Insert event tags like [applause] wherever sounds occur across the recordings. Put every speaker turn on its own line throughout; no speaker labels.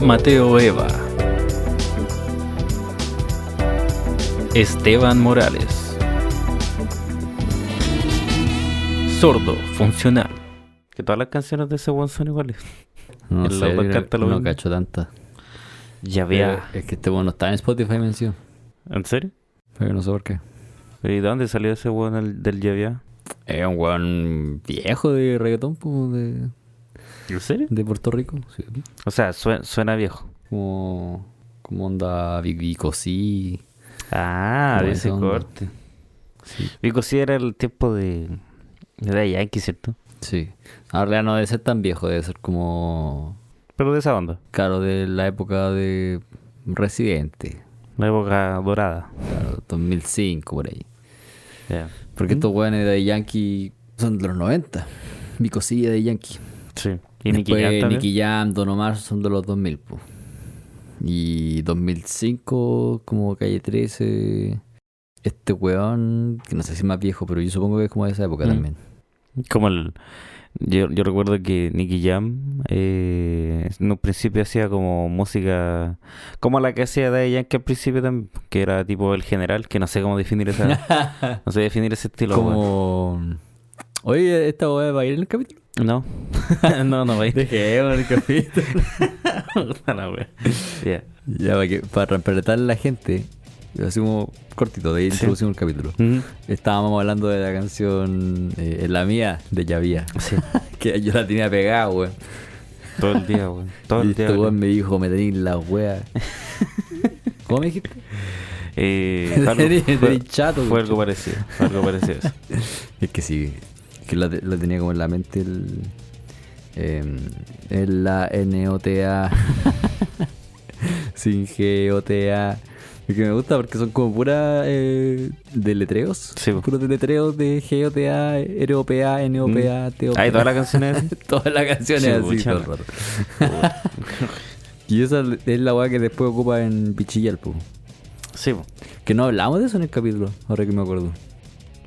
Mateo Eva. Esteban Morales. Sordo, funcional. Que todas las canciones de ese buen son iguales.
No
El
sé,
Lapa
yo
canta lo
no
mismo.
cacho tanta.
Ya
Pero
vea.
Es que este bueno está en Spotify mención,
¿En serio?
pero no sé por qué.
¿Y de dónde salió ese weón el- del ya vea?
Es un weón viejo de reggaetón, po, de,
¿En serio?
de Puerto Rico. sí.
O sea, sue- suena viejo.
Como, como onda Big Vico, sí.
Ah, de
Buena
ese
onda.
corte. Vico sí era el tiempo de. de Daddy Yankee, ¿cierto?
Sí. Ahora no debe ser tan viejo, debe ser como.
Pero de esa onda.
Claro, de la época de Residente.
La época dorada.
Claro, 2005, por ahí.
Ya.
Porque estos weones de Yankee son de los 90. Vico, sí, de Yankee.
Sí.
Y
Y Nicky Jam
Después,
también?
Nicky Jam, Don Omar son de los 2000, po. Y 2005, como Calle 13, este weón, que no sé si es más viejo, pero yo supongo que es como de esa época
Mm.
[laughs] también.
Como el. Yo, yo recuerdo que Nicky Jam eh, en un principio hacía como música como la que hacía Daddy Yankee al principio también, que era tipo el general, que no sé cómo definir [laughs] esa, no sé definir ese estilo. weón.
como... Oye, ¿esta weá va a ir en el capítulo?
No, [laughs] no, no, ahí.
Dejé en el capítulo.
[laughs] Puta la wea. Ya.
ya, para, que, para representar a la gente, lo hacemos cortito, de ahí introducimos el capítulo.
Mm,
Estábamos hablando de la canción eh, La Mía, de Llavía.
Sí,
[laughs] que yo la tenía pegada, weón.
todo el día, weón. Todo
Y
el día.
este
weón.
weón me dijo, me tenéis
[laughs]
la wea. ¿Cómo me dijiste? [laughs]
Eh,
Te
algo-
tenés- te
fue-
tenés chato,
Fue
weón.
algo parecido, fue algo parecido.
[laughs]
eso.
Es que sí, es que la, te- la tenía como en la mente el. em, en la NOTA. [laughs] sin GOTA. Es que me gusta porque son como puras eh, deletreos.
Sí, po.
Puros deletreos de GOTA, ROPA, NOPA, TOPA.
Ahí todas las canciones.
[laughs] Todas las canciones así
Chucha.
todo el rato. [laughs] Y esa es la weá que después ocupa en Pichillalpo.
Sí, po.
Que no hablamos de eso en el capítulo, ahora que me acuerdo.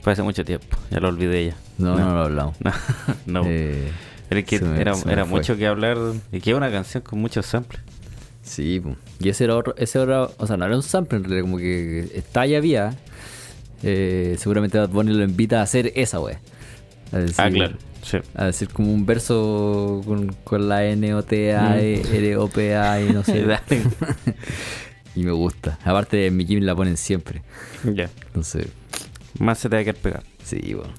fue hace mucho tiempo, ya lo olvidé ya.
No, no, lo hablamos.
No, [laughs] no.
Eh,
Pero es que
se me-
era,
se me
era
fue.
mucho que hablar. Y que es una canción con muchos samples.
Sí, po. y ese era otro, ese era, o sea, no era un sample en realidad, como que está ya había. eh, seguramente Bad Bunny lo invita a hacer esa wea. A decir-
Ah, claro. Sí.
A decir como un verso con, con la N O T A E, R O P A y no sé.
[laughs] Dale.
[laughs] y me gusta. Aparte en mi gym la ponen siempre.
ya.
Entonces,
Más se te va a quedar pegado.
sí, bueno.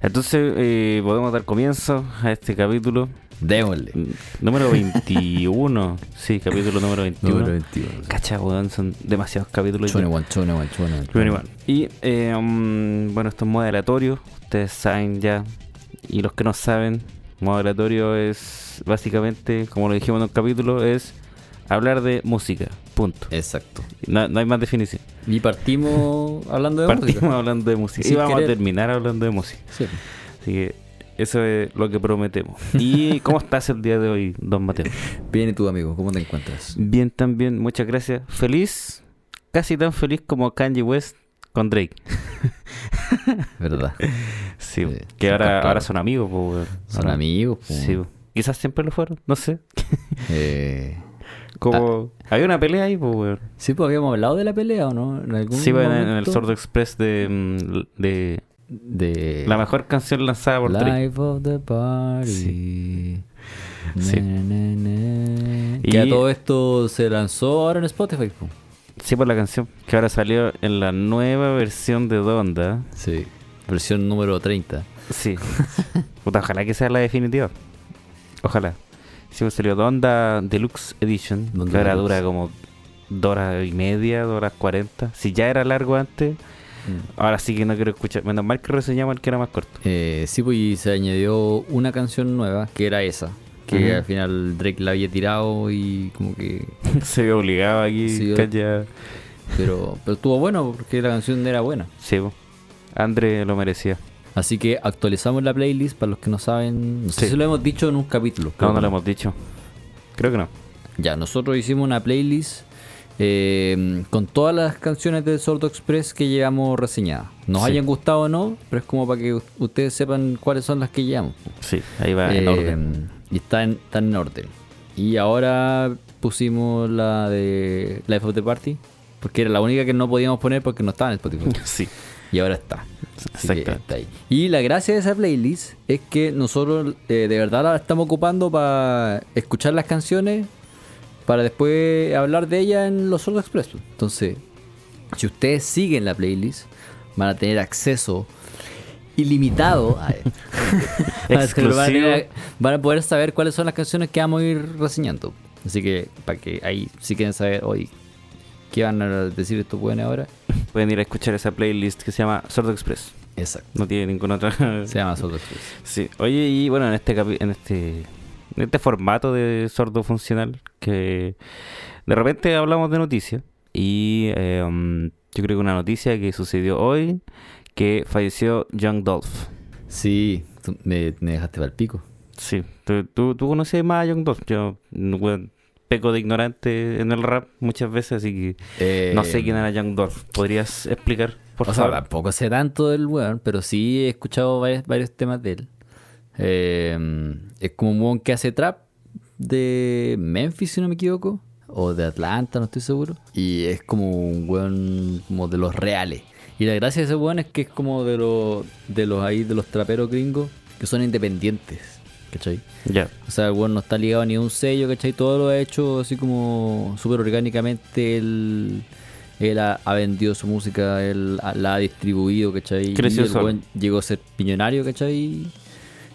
Entonces, eh, podemos dar comienzo a este capítulo
Démosle.
mm,
[laughs]
número 21. sí, capítulo número 21.
Número 21.
Cacha, weón, son demasiados capítulos.
21, 21, 21.
Bueno, Y eh, mm, bueno, esto es moderatorio, ustedes saben ya. Y los que no saben, moderatorio es básicamente, como lo dijimos en un capítulo, es hablar de música. Punto.
Exacto.
No, no hay más definición.
Y partimos hablando de
Partimos
música.
hablando de música. Y
Sin
vamos a
querer.
terminar hablando de música.
Sí.
Así que eso es lo que [laughs] prometemos. ¿Y cómo estás el día de hoy, don Mateo?
Viene tu amigo, ¿cómo
[laughs]
te encuentras?
Bien, también, muchas gracias. Feliz, casi tan feliz como Kanye West con Drake.
¿Verdad?
[laughs] Sí,
Sí,
que
son
ahora,
caros.
ahora son amigos, po, weón.
Son
Ahora-
amigos. pues. po.
Sí, pues. po. quizás siempre lo fueron, no sé.
Eh,
Como... Había una pelea ahí, po, weón.
sí, pues habíamos hablado de la pelea o no? En algún
Sí, po, en, en el
momento?
Sordo Express de, mm, de
de
la mejor canción lanzada por Drake.
Life of the Party. Na,
Sí.
na, na.
Y-
Que a todo esto se lanzó ahora en Spotify. po.
Sí, por la canción que ahora salió en la nueva versión de Donda.
Sí. Versión número 30.
Sí. Puta, ojalá que sea la definitiva. Ojalá. Sí, pues salió Donda Deluxe Edition,
Donda
que ahora
Deluxe.
dura como dos horas y media, dos horas cuarenta. Si ya era largo antes, ahora sí que no quiero escuchar. Menos mal que reseñamos el que era más corto. [laughs]
Eh, sí, pues y se añadió una canción nueva, que era esa. Que
Ajá.
al final Drake la había tirado y como que...
Se ve obligado aquí,
Sí, yo-
calla.
Pero, pero estuvo bueno porque la canción era buena.
Sí, po. André lo merecía.
Así que actualizamos la playlist para los que no saben. No sé
Sí.
si lo hemos dicho en un capítulo.
No,
creo
no
que
lo
no.
hemos dicho. Creo que no.
Ya, nosotros hicimos una playlist eh, con todas las canciones de Sordo Express que llevamos reseñadas. Nos
Sí.
hayan gustado o no, pero es como para que u- ustedes sepan cuáles son las que llevamos. [laughs]
Sí, ahí va en
Eh,
orden.
Y están, están en orden. Y ahora pusimos la de Life of the Party, porque era la única que no podíamos poner porque no estaba en Spotify.
Sí,
Y ahora está. Así que
Exactamente.
está ahí. Y la gracia de esa playlist es que nosotros eh, de verdad la estamos ocupando para escuchar las canciones, para después hablar de ellas en los Sordos Express. Entonces, si ustedes siguen la playlist, van a tener acceso ilimitado a [laughs] van a tener- van a tener- van a poder saber cuáles son las canciones que vamos a ir reseñando. Así que para que ahí si quieren saber hoy qué van a decir estos buenos ahora.
pueden ir a escuchar esa playlist que se llama Sordo Express.
Exacto.
No tiene ninguna otra.
Se llama Sordos Express.
Sí, oye, y bueno, en este, capi- en este en este formato de sordo funcional, que de repente hablamos de noticias, y eh, um, yo creo que una noticia que sucedió hoy, que falleció Young Dolph.
Sí, tú- me, me dejaste para el pico.
Sí, tú, tú, tú conoces más a Young Dolph, yo bueno, peco de ignorante en el rap muchas veces, así que no sé quién era Young Dolph, ¿podrías explicar, por
Eh, Em. o
favor?
sea, tampoco sé tanto del weón, pero sí he escuchado varios, varios temas de él. Eh, es como un weón que hace trap de Memphis, si no me equivoco, o de Atlanta, no estoy seguro. Y es como un weón como de los reales. Y la gracia de ese weón es que es como de los, de los ahí, de los traperos gringos, que son independientes, ¿cachai?
ya,
O sea, el weón no está ligado ni a un sello, ¿cachai? Todo lo ha hecho así como súper orgánicamente. Él, él ha, ha vendido su música, él ha- la ha distribuido, ¿cachai?
Creció
y el
solo.
weón llegó a ser millonario, ¿cachai?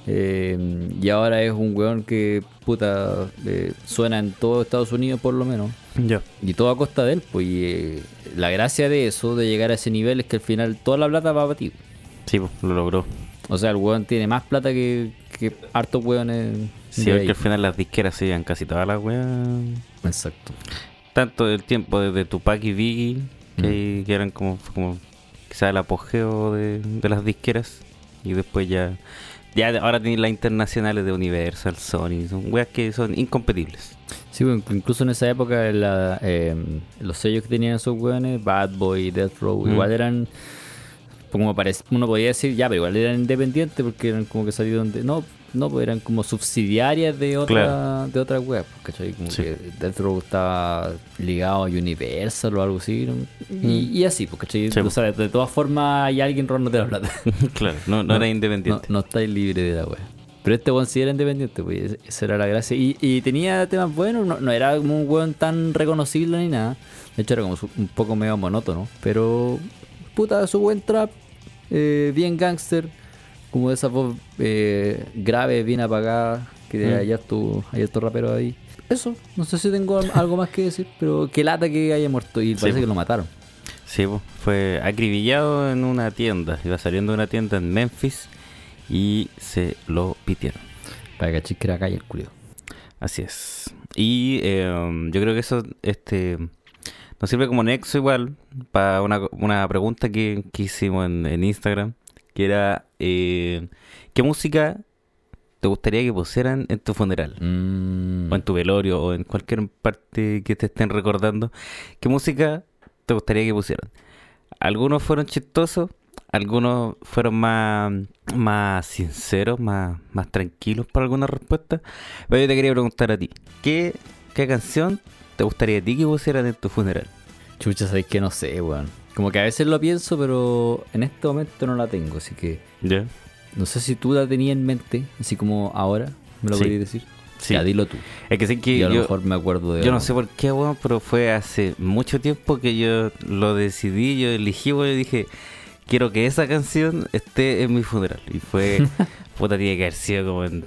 Eh, y ahora es un weón que, puta, eh, suena en todo Estados Unidos por lo menos.
ya.
Y todo a costa de él, pues. Y, eh, la gracia de eso, de llegar a ese nivel, es que al final toda la plata va para ti.
Sí, pues, lo logró.
O sea, el weón tiene más plata que, que hartos weones.
Sí,
de
porque
ahí.
al final las disqueras se llevan casi todas las weas.
Exacto.
tanto del tiempo desde Tupac y Biggie, que, que eran como, fue como quizás el apogeo de, de las disqueras, y después ya, ya de- ahora tienen las internacionales de Universal, Sony, son weas que son incompetibles.
Sí, bueno, incluso en esa época la, eh, los sellos que tenían esos weones, Bad Boy, Death Row,
Mm.
igual eran, como parece, uno podía decir, ya, pero igual eran independientes porque eran como que salieron de, no, no, pues eran como subsidiarias de otra, de otra web, ¿cachai? Como
Sí.
que Death Row estaba ligado a Universal o algo así, ¿no? y, y así, pues, ¿cachai?
Mm. Sí,
O
pues.
sea, de todas formas hay alguien rondando la plata. [laughs]
claro, no, no, era independiente.
No, no estáis libre de la wea. Pero este weón sí era independiente, pues es- esa era la gracia. Y, y tenía temas buenos, no, no era como un weón tan reconocible ni nada. De hecho, era como su- un poco medio monótono. Pero, puta, su buen trap, eh, bien gangster, como esa voz eh, grave, bien apagada, que
Mm.
hay harto, hay harto rapero ahí. Eso, no sé si tengo al- algo más que decir, pero qué lata que haya muerto. Y parece
po.
que lo mataron.
Sí, po, fue acribillado en una tienda, iba saliendo de una tienda en Memphis y se lo pitieron.
Para que cachis que era calle el culiao.
Así es. Y eh, yo creo que eso este, nos sirve como nexo igual para una, una pregunta que, que hicimos en, en Instagram, que era, eh, ¿qué música te gustaría que pusieran en tu funeral?
Mm.
O en tu velorio, o en cualquier parte que te estén recordando. ¿Qué música te gustaría que pusieran? Algunos fueron chistosos, algunos fueron más, más sinceros, más, más tranquilos para algunas respuestas. Pero yo te quería preguntar a ti, ¿qué, qué canción te gustaría a ti que pusieran en tu funeral?
Chucha, sabéis que no sé, weón. Como que a veces lo pienso, pero en este momento no la tengo, así que
¿Ya?
no sé si tú la tenías en mente, así como ahora, me lo
Sí.
podrías decir.
Sí.
Ya, dilo tú.
Es que sé que
Y a
yo,
lo mejor me acuerdo de.
yo
algo.
no sé por qué, weón, pero fue hace mucho tiempo que yo lo decidí, yo elegí, weón, y dije, quiero que esa canción esté en mi funeral. Y fue, puta, tiene que haber sido como en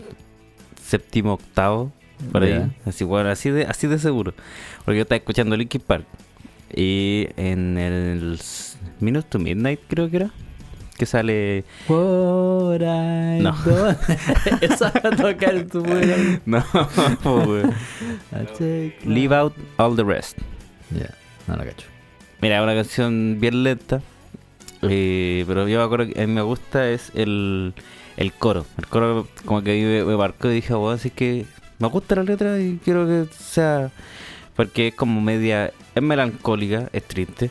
séptimo, octavo, por ahí.
Ya.
Así, bueno, así de, así de seguro. Porque yo estaba escuchando Linkin Park. Y en el s- Minute to Midnight, creo que era, que sale... [laughs]
Por ahí
No.
[laughs] donde- Esa va a tocar en tu funeral.
No, po, weón.
I take my-
Leave Out All the Rest.
Ya, no la cacho.
Mira, una canción bien lenta. eh, pero yo me acuerdo que a mí me gusta es el, el coro. El coro como que a mí me, me marcó y dije, bueno, así que me gusta la letra y quiero que sea... Porque es como media... Es melancólica, es triste.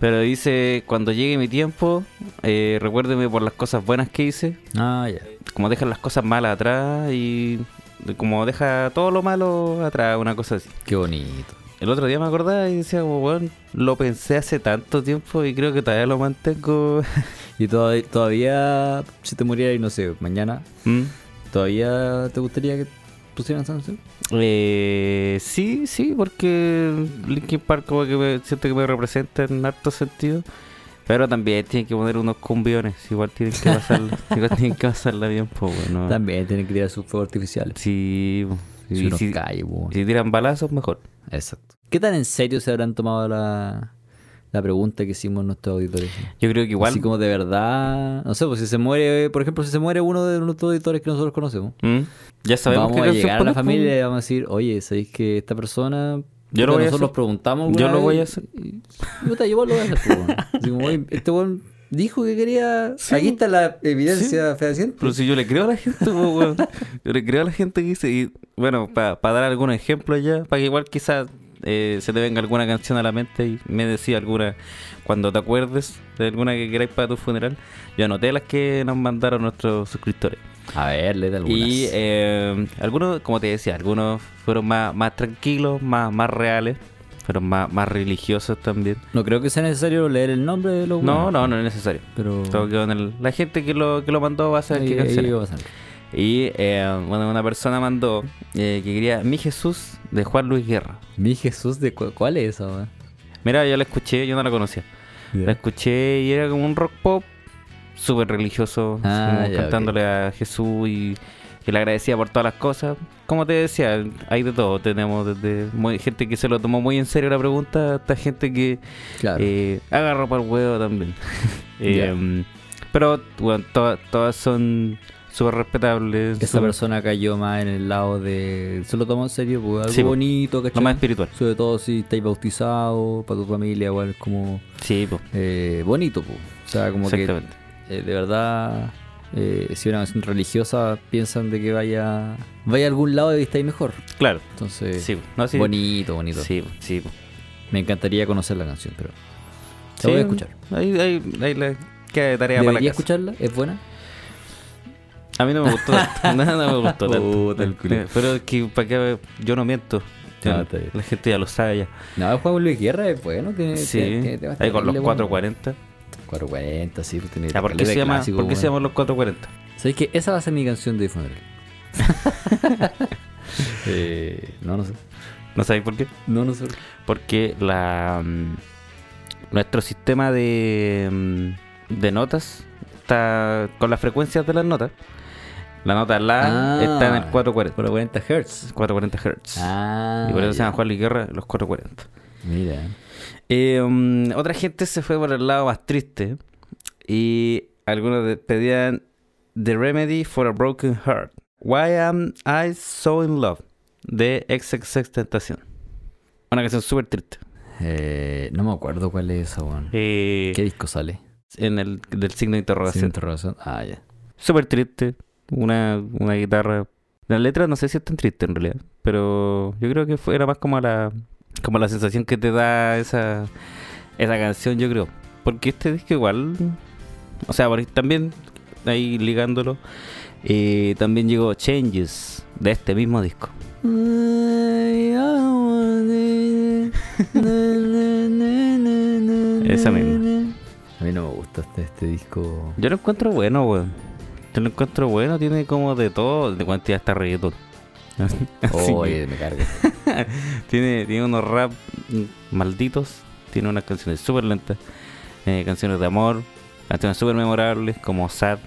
Pero dice, cuando llegue mi tiempo, eh, recuérdeme por las cosas buenas que hice.
Ah, ya.
Como dejan las cosas malas atrás y como deja todo lo malo atrás, una cosa así.
Qué bonito.
El otro día me acordaba y decía, como, bueno, lo pensé hace tanto tiempo y creo que todavía lo mantengo. [laughs]
Y todavía, todavía si te murieras, no sé, mañana,
¿Mm?
¿todavía te gustaría que pusieran esa canción?
Eh, sí, sí, porque Linkin Park como que me- siento que me representa en harto sentido. Pero también tienen que poner unos cumbiones, igual tienen que
[laughs]
pasarla, igual tienen que pasarla bien, pues, bueno.
También tienen que tirar sus fuegos artificiales.
Sí, po. Y
Si uno
si,
cae, po.
si tiran balazos, mejor.
Exacto. ¿Qué tan en serio se habrán tomado la, la pregunta que hicimos nuestros auditores?
Yo creo que igual.
Así como de verdad. No sé, pues si se muere, eh, por ejemplo, si se muere uno de nuestros auditores que nosotros conocemos,
¿Mm? Ya sabemos
vamos
qué
a
canción
llegar a la
poner, po.
familia y vamos a decir, oye, ¿sabéis que esta persona.
Yo lo
puta,
voy a
nosotros
hacer.
preguntamos,
Yo
weón,
lo voy a
y-
hacer.
y- [laughs] puta, yo igual lo voy a hacer, po, weón. Así como, oye, este weón dijo que quería.
Sí.
Aquí está la evidencia fehaciente.
Pero si yo le creo a la gente, po, weón. yo le creo a la gente que dice, y bueno, para dar algún ejemplo ya, para que igual quizás eh, se te venga alguna canción a la mente y me decía alguna, cuando te acuerdes de alguna que queráis para tu funeral, yo anoté las que nos mandaron nuestros suscriptores.
A ver, le da algunas.
Y eh, algunos, como te decía, algunos fueron más, más tranquilos, más, más reales, fueron más, más religiosos también.
No creo que sea necesario leer el nombre de los
No,
weones,
no, no es necesario.
Pero.
Todo quedó en el- la gente que lo, que lo mandó va a saber qué
Ahí- ahí
canciones.
va a pasar.
Y eh, bueno, una persona mandó eh, que quería Mi Jesús de Juan Luis Guerra.
Mi Jesús, ¿de cu- ¿cuál es eh? esa, weón?
Mira, yo la escuché, yo no la conocía. La escuché y era como un rock pop súper religioso, así
Ah,
como
ya,
cantándole a Jesús y que le agradecía por todas las cosas. Como te decía, hay de todo. Tenemos desde muy- gente que se lo tomó muy en serio la pregunta hasta gente que
Claro.
Eh, agarro para el huevo también. [laughs] Eh, Pero, bueno, to- todas son súper respetables.
Esa
súper-
persona cayó más en el lado de. Se lo tomó en serio, pues algo
Sí, po.
bonito, ¿cachai?
Lo más espiritual.
Sobre todo si estáis bautizados, para tu familia, igual es como
Sí, po,
eh, bonito, pues. O sea, como que
exactamente.
eh, de verdad, eh, si una canción religiosa piensan de que vaya vaya a algún lado y estáis mejor.
Claro,
Entonces,
sí. po. No, sí.
bonito, bonito.
Sí, po, sí. po.
Me encantaría conocer la canción, pero. La
Sí,
voy a escuchar.
Ahí, ahí, ahí la queda de tarea para la
¿Debería
casa.
escucharla? ¿Es buena?
A mí no me gustó tanto. [laughs] no, no me gustó tanto.
Puta el culo.
Eh, Pero es que, ¿para qué? Yo no miento. Yo-
Ah, está bien.
la gente ya lo sabe ya.
No, el juego de Luis Guerra es bueno. Tiene,
Sí,
tiene- tiene temas
ahí con los
terribles, bueno.
440.
440, sí, pues, tiene
Ya, ¿Por qué
caleta
se
de
llama-
clásico,
por qué
bueno.
se llaman los 440?
¿Sabes que Esa va a ser mi canción
[laughs]
de funeral. Eh, no, no sé.
¿No sabéis por qué?
No, no sé.
porque la mm, nuestro sistema de, mm, de notas está con las frecuencias de las notas. La nota La
Ah.
está en el 440,
440 Hz.
440 Hz.
Ah.
y por eso se
ya.
llama Juan Luis Guerra los 440.
Mira.
Eh, mm, otra gente se fue por el lado más triste y algunos de- pedían The Remedy for a Broken Heart. Why am I so in love? De XXX Tentación. Una canción súper triste.
Eh, no me acuerdo cuál es esa, weón.
Eh,
¿Qué disco sale?
en el del signo de
Sin
interrogación.
interrogación. Ah, ya.
Súper triste. Una, una guitarra. La letra no sé si es tan triste en realidad. Pero yo creo que fue, era más como la, como la sensación que te da esa, esa canción, yo creo. Porque este disco igual. O sea, por- también ahí ligándolo. eh, también llegó Changes de este mismo disco. [laughs] Esa misma.
A mí no me gusta este,
[laughs]
este disco.
Yo lo encuentro bueno, weón. Yo lo encuentro bueno, tiene como de todo, de cuantía hasta reggaetón. [laughs] Así que-
Oye, me carga.
Tiene, tiene unos rap mm, malditos, tiene unas canciones súper lentas, eh, canciones de amor, canciones súper memorables como Sad.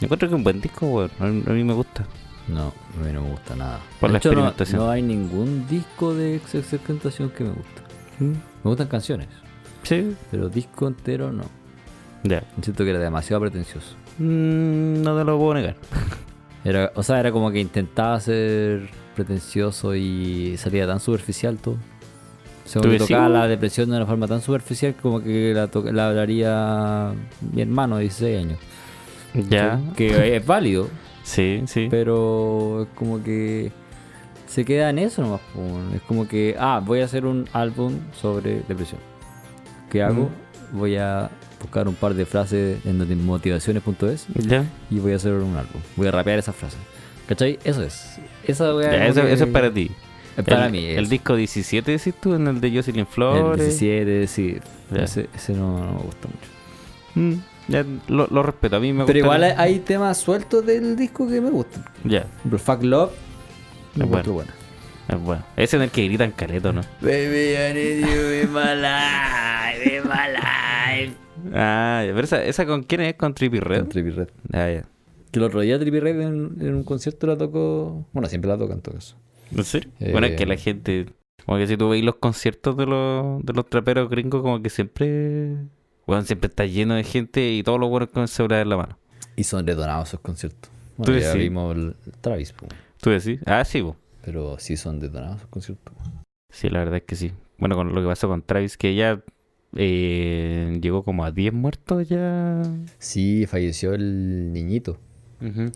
Yo encuentro que es un buen disco, weón. A mí- A mí me gusta.
No, a mí no me gusta nada.
Por
De
la
hecho, no-
experimentación.
No, hay ningún disco de Tentación que me guste. Me gustan canciones,
Sí,
pero disco entero no.
ya.
Siento que era demasiado pretencioso.
Mm, no te lo puedo
[laughs]
negar.
Era, o sea, era como que intentaba ser pretencioso y salía tan superficial todo. Se
¿Tú
me
decís?
tocaba la depresión de una forma tan superficial como que la, to- la hablaría mi hermano de 16 años.
Ya.
Que es válido,
Sí, sí.
pero es como que se queda en eso nomás. po. Es como que, ah, voy a hacer un álbum sobre depresión. ¿Qué hago? Voy a buscar un par de frases en motivaciones.es
Ya.
y voy a hacer un álbum. Voy a rapear esas frases. ¿Cachai? Eso es. Esa weá
Ya,
como
eso,
que-
eso es para ti.
es para
el,
mí.
El
eso.
disco 17, decís tú, en el de Jocelyn
El
Flores.
17, sí.
Ya.
Ese, ese no, no me gusta mucho.
Mm, ya, lo, lo respeto, a mí me gusta
Pero igual hay,
la-
hay temas sueltos del disco que me gustan.
Ya,
Por ejemplo, Fuck Love.
Es
Me
bueno.
encuentro buena.
es bueno. Ese en el que gritan caleto, ¿no?
Baby, I need you in my life, in my life.
Ah, ya, pero esa, esa con quién es, con Trippy Red.
Con Trippy Red.
Ah, ya.
Que el otro día Trippy Red en, en un concierto la tocó. Bueno, siempre la toca en todo caso.
¿En serio?
Eh,
bueno, es que la gente. Como que si tú veis los conciertos de los, de los traperos gringos, como que siempre. Bueno, siempre está lleno de gente y todos los buenos con el celular en la mano.
Y son detonados esos conciertos.
Tú
Bueno, ya
decís.
vimos el Travis, po,
¿Tú decís? Ah, sí, po.
pero sí son detonados esos conciertos.
Sí, la verdad es que sí. Bueno, con lo que pasó con Travis, que ya eh, llegó como a 10 muertos ya.
Sí, falleció el niñito.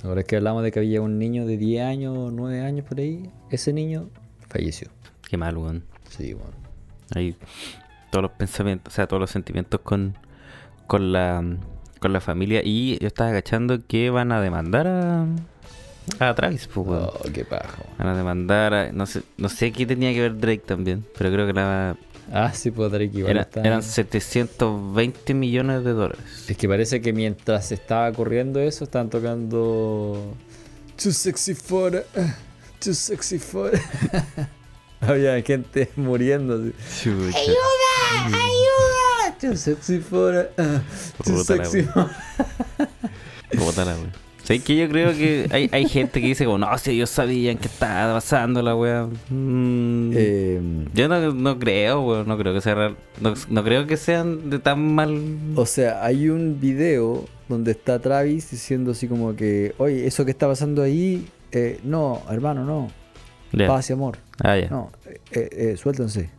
Ahora es que hablamos de que había un niño de 10 años, 9 años por ahí. Ese niño falleció.
Qué mal, weón.
Sí, bueno.
Ahí todos los pensamientos, o sea, todos los sentimientos con, con, la, con la familia. Y yo estaba agachando que van a demandar a, a Travis, pues, weón.
Oh, qué paja. weón.
Van a demandar a- no sé, no sé qué tenía que ver Drake también, pero creo que la-
Ah, sí, puedo dar equivalente.
era- eran 720 millones de dólares.
Es que parece que mientras estaba corriendo eso, estaban tocando. Too sexy for. it, Too sexy for. it. [laughs] Había gente muriendo. Así. ¡Ayuda! ¡Ayuda! Too sexy for. it, Too
Puta la
sexy
wea.
for.
Puta la wea. ¿Sabes que yo creo que hay, hay gente que dice como, no, si ellos sabían que estaba pasando la wea. Mm,
Eh,
yo no, no creo, weón, no creo que sea real- no, no creo que sean de tan mal.
o sea, hay un video donde está Travis diciendo así como que. Oye, eso que está pasando ahí. eh, no, hermano, no.
Ya.
Paz y amor.
Ah, ya.
No, eh, eh, eh, suéltense.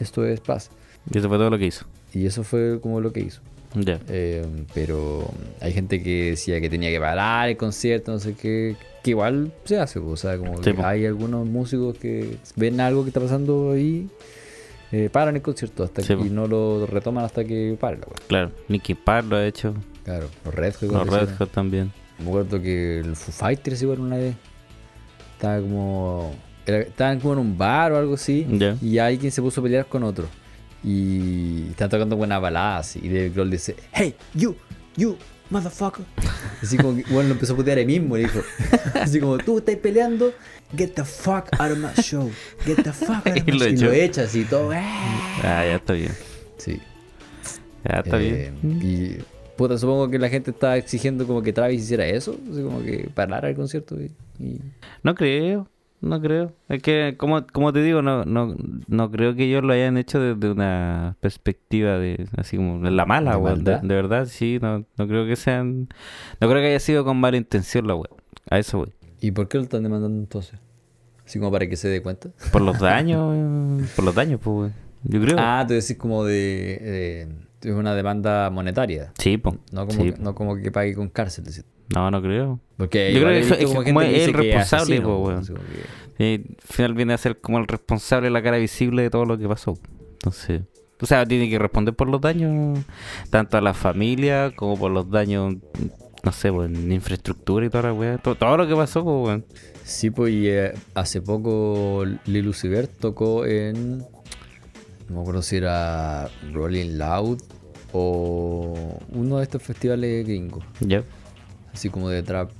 Esto es paz.
Y eso fue todo lo que hizo.
Y eso fue como lo que hizo.
Ya.
Eh, pero hay gente que decía que tenía que parar el concierto, no sé qué. Que igual se hace, po, o sea, como
Sí,
que
po.
hay algunos músicos que ven algo que está pasando ahí, eh, paran el concierto hasta
Sí,
que,
po.
y no lo retoman hasta que pare la wea.
Claro. Nicky Park lo ha hecho.
Claro, los Red Hot.
Los
lo
Red
hicieron.
Hot también.
Me acuerdo que el Foo Fighters igual una vez estaba como. era- estaban como en un bar o algo así.
Ya.
Y alguien se puso a pelear con otro. Y están tocando buenas baladas. Y Dave Grohl dice, hey, you, you, motherfucker. [laughs] Así como que, bueno, lo empezó a putear él mismo, le dijo. [laughs] Así como, tú estás peleando, get the fuck out of my show. Get the fuck out of
[laughs] Y
my
lo
show. Y
echó.
lo echa así todo. "Ah".
Ah, ya está bien.
Sí.
Ya Ah, está
Eh,
bien.
Y, puta, supongo que la gente estaba exigiendo como que Travis hiciera eso. Así como que parara el concierto. Y, y-
No creo, no creo. Es que, como, como te digo, no, no, no creo que ellos lo hayan hecho desde una perspectiva de, así como, de la mala,
¿De
weón. De,
maldad?
de verdad, sí, no, no creo que sean, no creo que haya sido con mala intención la weón. A eso, weón.
¿Y por qué lo están demandando entonces? Así como para que se dé cuenta.
Por los daños, [laughs] weón. por los daños, pues, weón. Yo creo.
Ah, tú decís como de. eh, de- es una demanda monetaria.
Sí, pues.
No como,
sí,
que, no como que pague con cárcel. decís.
No, no creo.
Porque
Yo creo
igual
que
he
eso-
visto
es que como es
gente
el
dice que es
responsable,
asesino,
po,
po,
weón.
así como que-
Y al final viene a ser como el responsable, la cara visible de todo lo que pasó. Entonces, o sea, tiene que responder por los daños, tanto a la familia como por los daños, no sé, pues, en infraestructura y toda la weá. Todo, todo lo que pasó, pues, weón.
Sí, pues y, eh, hace poco Lil Uzi Vert tocó en. No me acuerdo si era Rolling Loud o uno de estos festivales gringos.
Ya.
Así como de trap.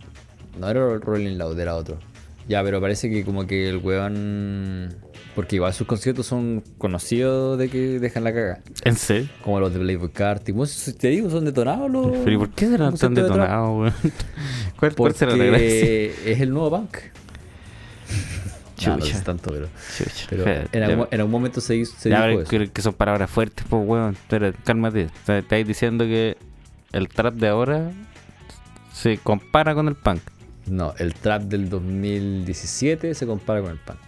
No era Rolling Loud, era otro. Ya, pero parece que como que el weón. Porque igual sus conciertos son conocidos de que dejan la caga.
¿En serio?
Como los de Playboy Carti. Bueno, si Te digo, son detonados los.
Pero ¿y por qué serán
los
tan
conciertos de trap.
detonados, weón? [laughs] ¿Cuál, cuál será la gracia?
Porque es el nuevo punk. Nah, no
Chucha.
es tanto, pero.
[laughs] Chucha,
pero
espera,
en, algún,
ya-
en algún momento se, hizo- se
ya,
dijo
pero
eso.
que, que son palabras fuertes, pues, weón. Pero cálmate. O sea, Estáis diciendo que el trap de ahora se compara con el punk.
No, el trap del 2017 se compara con el punk.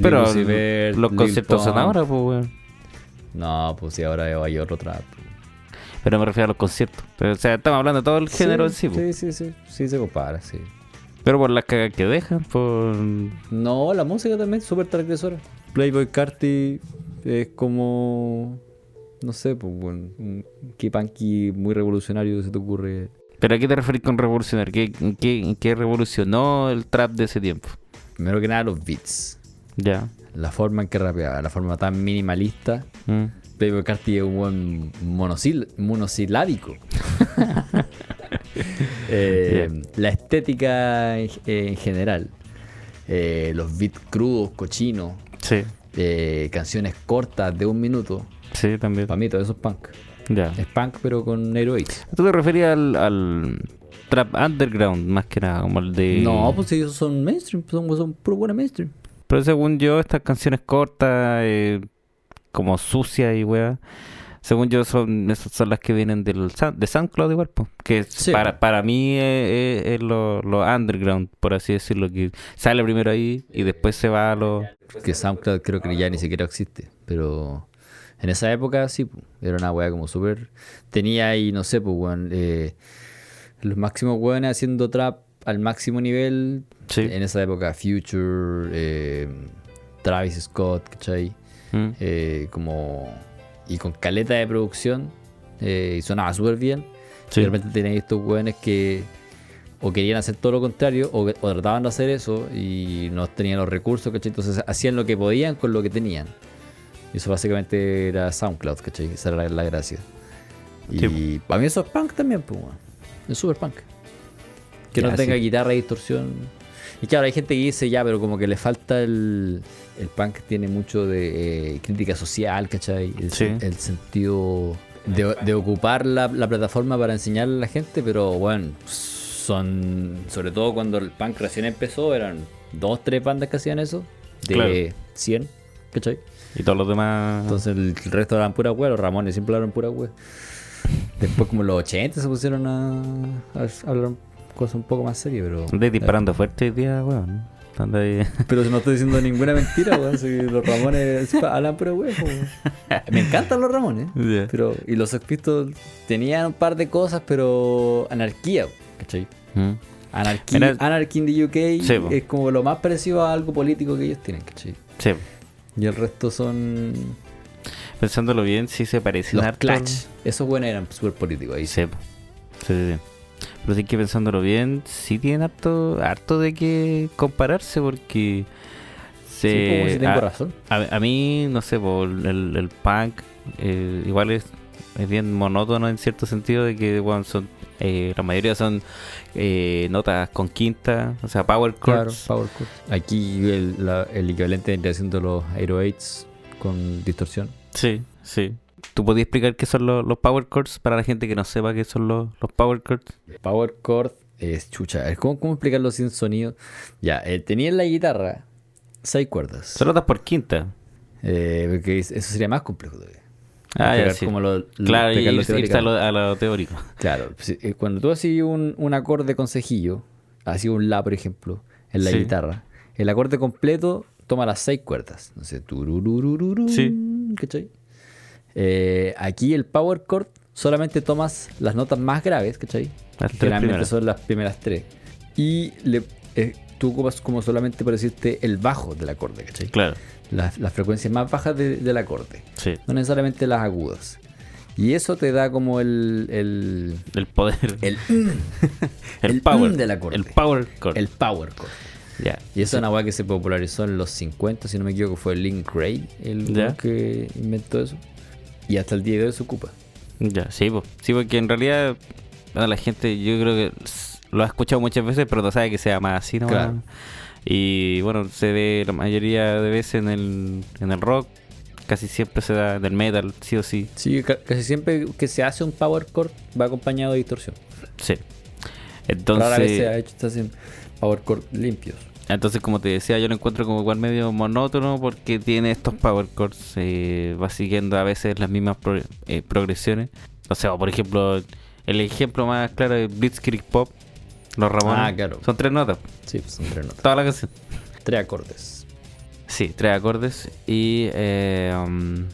Pero
Lil Uzi Vert,
los
Lil
conceptos son
Pump.
ahora, pues, weón.
No, pues sí, ahora hay otro trap.
Pero me refiero a los conciertos. Pero, o sea, estamos hablando de todo el género en sí, pues.
sí, sí, sí, sí, se compara, sí.
Pero por las cagas que dejan, por.
No, la música también es súper transgresora. Playboy Carti es como. No sé, pues, bueno, un kipanqui muy revolucionario que se te ocurre.
¿Pero a qué te referís con revolucionar? ¿Qué, qué, qué revolucionó el trap de ese tiempo?
Primero que nada, los beats.
Ya.
La forma en que rapeaba, la forma tan minimalista.
Mm.
Playboy Carti es un buen monosil- monosilábico. Eh, La estética en, en general. Eh, los beats crudos, cochinos.
Sí,
eh, canciones cortas de un minuto.
sí, también.
Para mí todo eso es punk.
Ya.
Es punk pero con heroics.
¿Tú te referías al, al trap underground más que nada? Como el de...
No, pues si ellos son mainstream, son, son puro buena mainstream.
Pero según yo, estas canciones cortas, eh, como sucias y weá, según yo son esas son las que vienen del Sound- de SoundCloud igual, pues, que es-
Sí.
para, para mí eh, eh, es, lo, lo underground, por así decirlo, que sale primero ahí y después se va a los...
Que SoundCloud creo que ya ni siquiera existe. Pero en esa época sí, pu, era una weá como súper. Tenía ahí, no sé, pues, weón, eh, los máximos weones haciendo trap al máximo nivel.
Sí.
En esa época, Future, eh, Travis Scott, ¿cachai?
Mm.
Eh, como. Y con caleta de producción. eh, y sonaba súper bien.
Sí.
Y de repente tenías estos weones que o querían hacer todo lo contrario o, o trataban de hacer eso y no tenían los recursos, ¿cachai? Entonces hacían lo que podían con lo que tenían. Y eso básicamente era SoundCloud, ¿cachai? Esa era la, la gracia. Y
Sí.
para mí eso es punk también, pues, weón. Es súper punk. Que
Ya,
no tenga
sí.
guitarra y distorsión. Y claro, hay gente que dice ya, pero como que le falta el. El punk tiene mucho de eh, crítica social, ¿cachai? El,
Sí.
el sentido de, de ocupar la, la plataforma para enseñarle a la gente, pero bueno, son. Sobre todo cuando el punk recién empezó, eran dos, tres bandas que hacían eso, de
Claro.
100, ¿cachai?
Y todos los demás...
Entonces el el resto eran pura wea, los Ramones siempre hablaron pura wea. Después como los 80 se pusieron a, a hablar cosas un poco más serias, pero...
Andáis disparando fuerte hoy día, weón. Andáis-
Pero no estoy diciendo ninguna mentira, weón. si los Ramones pa- hablan pura wea, po, weón. Me encantan los Ramones.
Ya.
Pero, y los Sex Pistols tenían un par de cosas, pero anarquía, ¿cachai?
Mm.
Anarquía,
Era-
Anarchy in the UK
Sí, po.
es como lo más parecido a algo político que ellos tienen, ¿cachai?
[laughs] Sí.
Y el resto son
Pensándolo bien, sí se parecen
los
harto.
Clash. Esos buenos eran súper políticos. Ahí
Sí, po. sí, sí, sí. Pero sí que pensándolo bien, sí tienen harto, harto de que compararse porque se,
Sí, po, si tengo
a-
razón.
a, a mí, no sé, po, el, el punk eh, igual es, es bien monótono en cierto sentido de que bueno, son eh, la mayoría son eh, notas con quinta, o sea, power chords.
Power chords. Aquí el, la- el equivalente vendría siendo los Aero 8 con distorsión.
Sí, sí. ¿Tú podías explicar qué son los, los power chords para la gente que no sepa qué son los, los power chords?
Power chord es chucha. es- ¿Cómo, ¿Cómo explicarlo sin sonido? Ya, eh, tenía en la guitarra seis cuerdas.
Son notas por quinta.
Eh, porque es- eso sería más complejo todavía.
Ah, ya,
Explicar
sí.
cómo lo- lo-
claro, y
explicarlo
irse- irse a lo, a lo teórico.
Claro, si- eh, cuando tú haces un, un acorde con cejillo, así un la, por ejemplo, en la
Sí.
guitarra, el acorde completo toma las seis cuerdas. No sé, turururururú,
Sí.
¿cachai? Eh, aquí el power chord solamente tomas las notas más graves, ¿cachai?
Las tres
Generalmente
primeras.
son las primeras tres. Y le, eh, tú ocupas como solamente para decirte el bajo del acorde, ¿cachai?
Claro,
Las, las frecuencias más bajas de- del acorde,
sí.
no necesariamente las agudas. Y eso te da como el- el,
El poder. El,
el, mm, el
power.
mm del acorde.
El power chord.
el power chord.
Ya.
Y esa es una weá que se popularizó en los 50, si no me equivoco, fue Link Ray el
Ya.
weón que inventó eso. Y hasta el día de hoy se ocupa.
Ya, sí, po. sí, porque en realidad bueno, la gente yo creo que s- lo ha escuchado muchas veces, pero no sabe que sea más así, ¿no?
Claro.
Y bueno, se ve la mayoría de veces en el, en el rock, casi siempre se da en el metal, sí o sí.
Sí, ca- casi siempre que se hace un power chord va acompañado de distorsión.
Sí.
Rara vez se ha
Entonces,
hecho se hacen power chord limpios.
entonces, como te decía, yo lo encuentro como igual medio monótono porque tiene estos power chords, eh, va siguiendo a veces las mismas pro- eh, progresiones. O sea, por ejemplo, el ejemplo más claro es Blitzkrieg Pop, los Ramones.
Ah, claro.
Son tres notas.
Sí, pues son tres notas.
Toda la canción.
Tres acordes.
Sí, tres acordes. Y eh, um,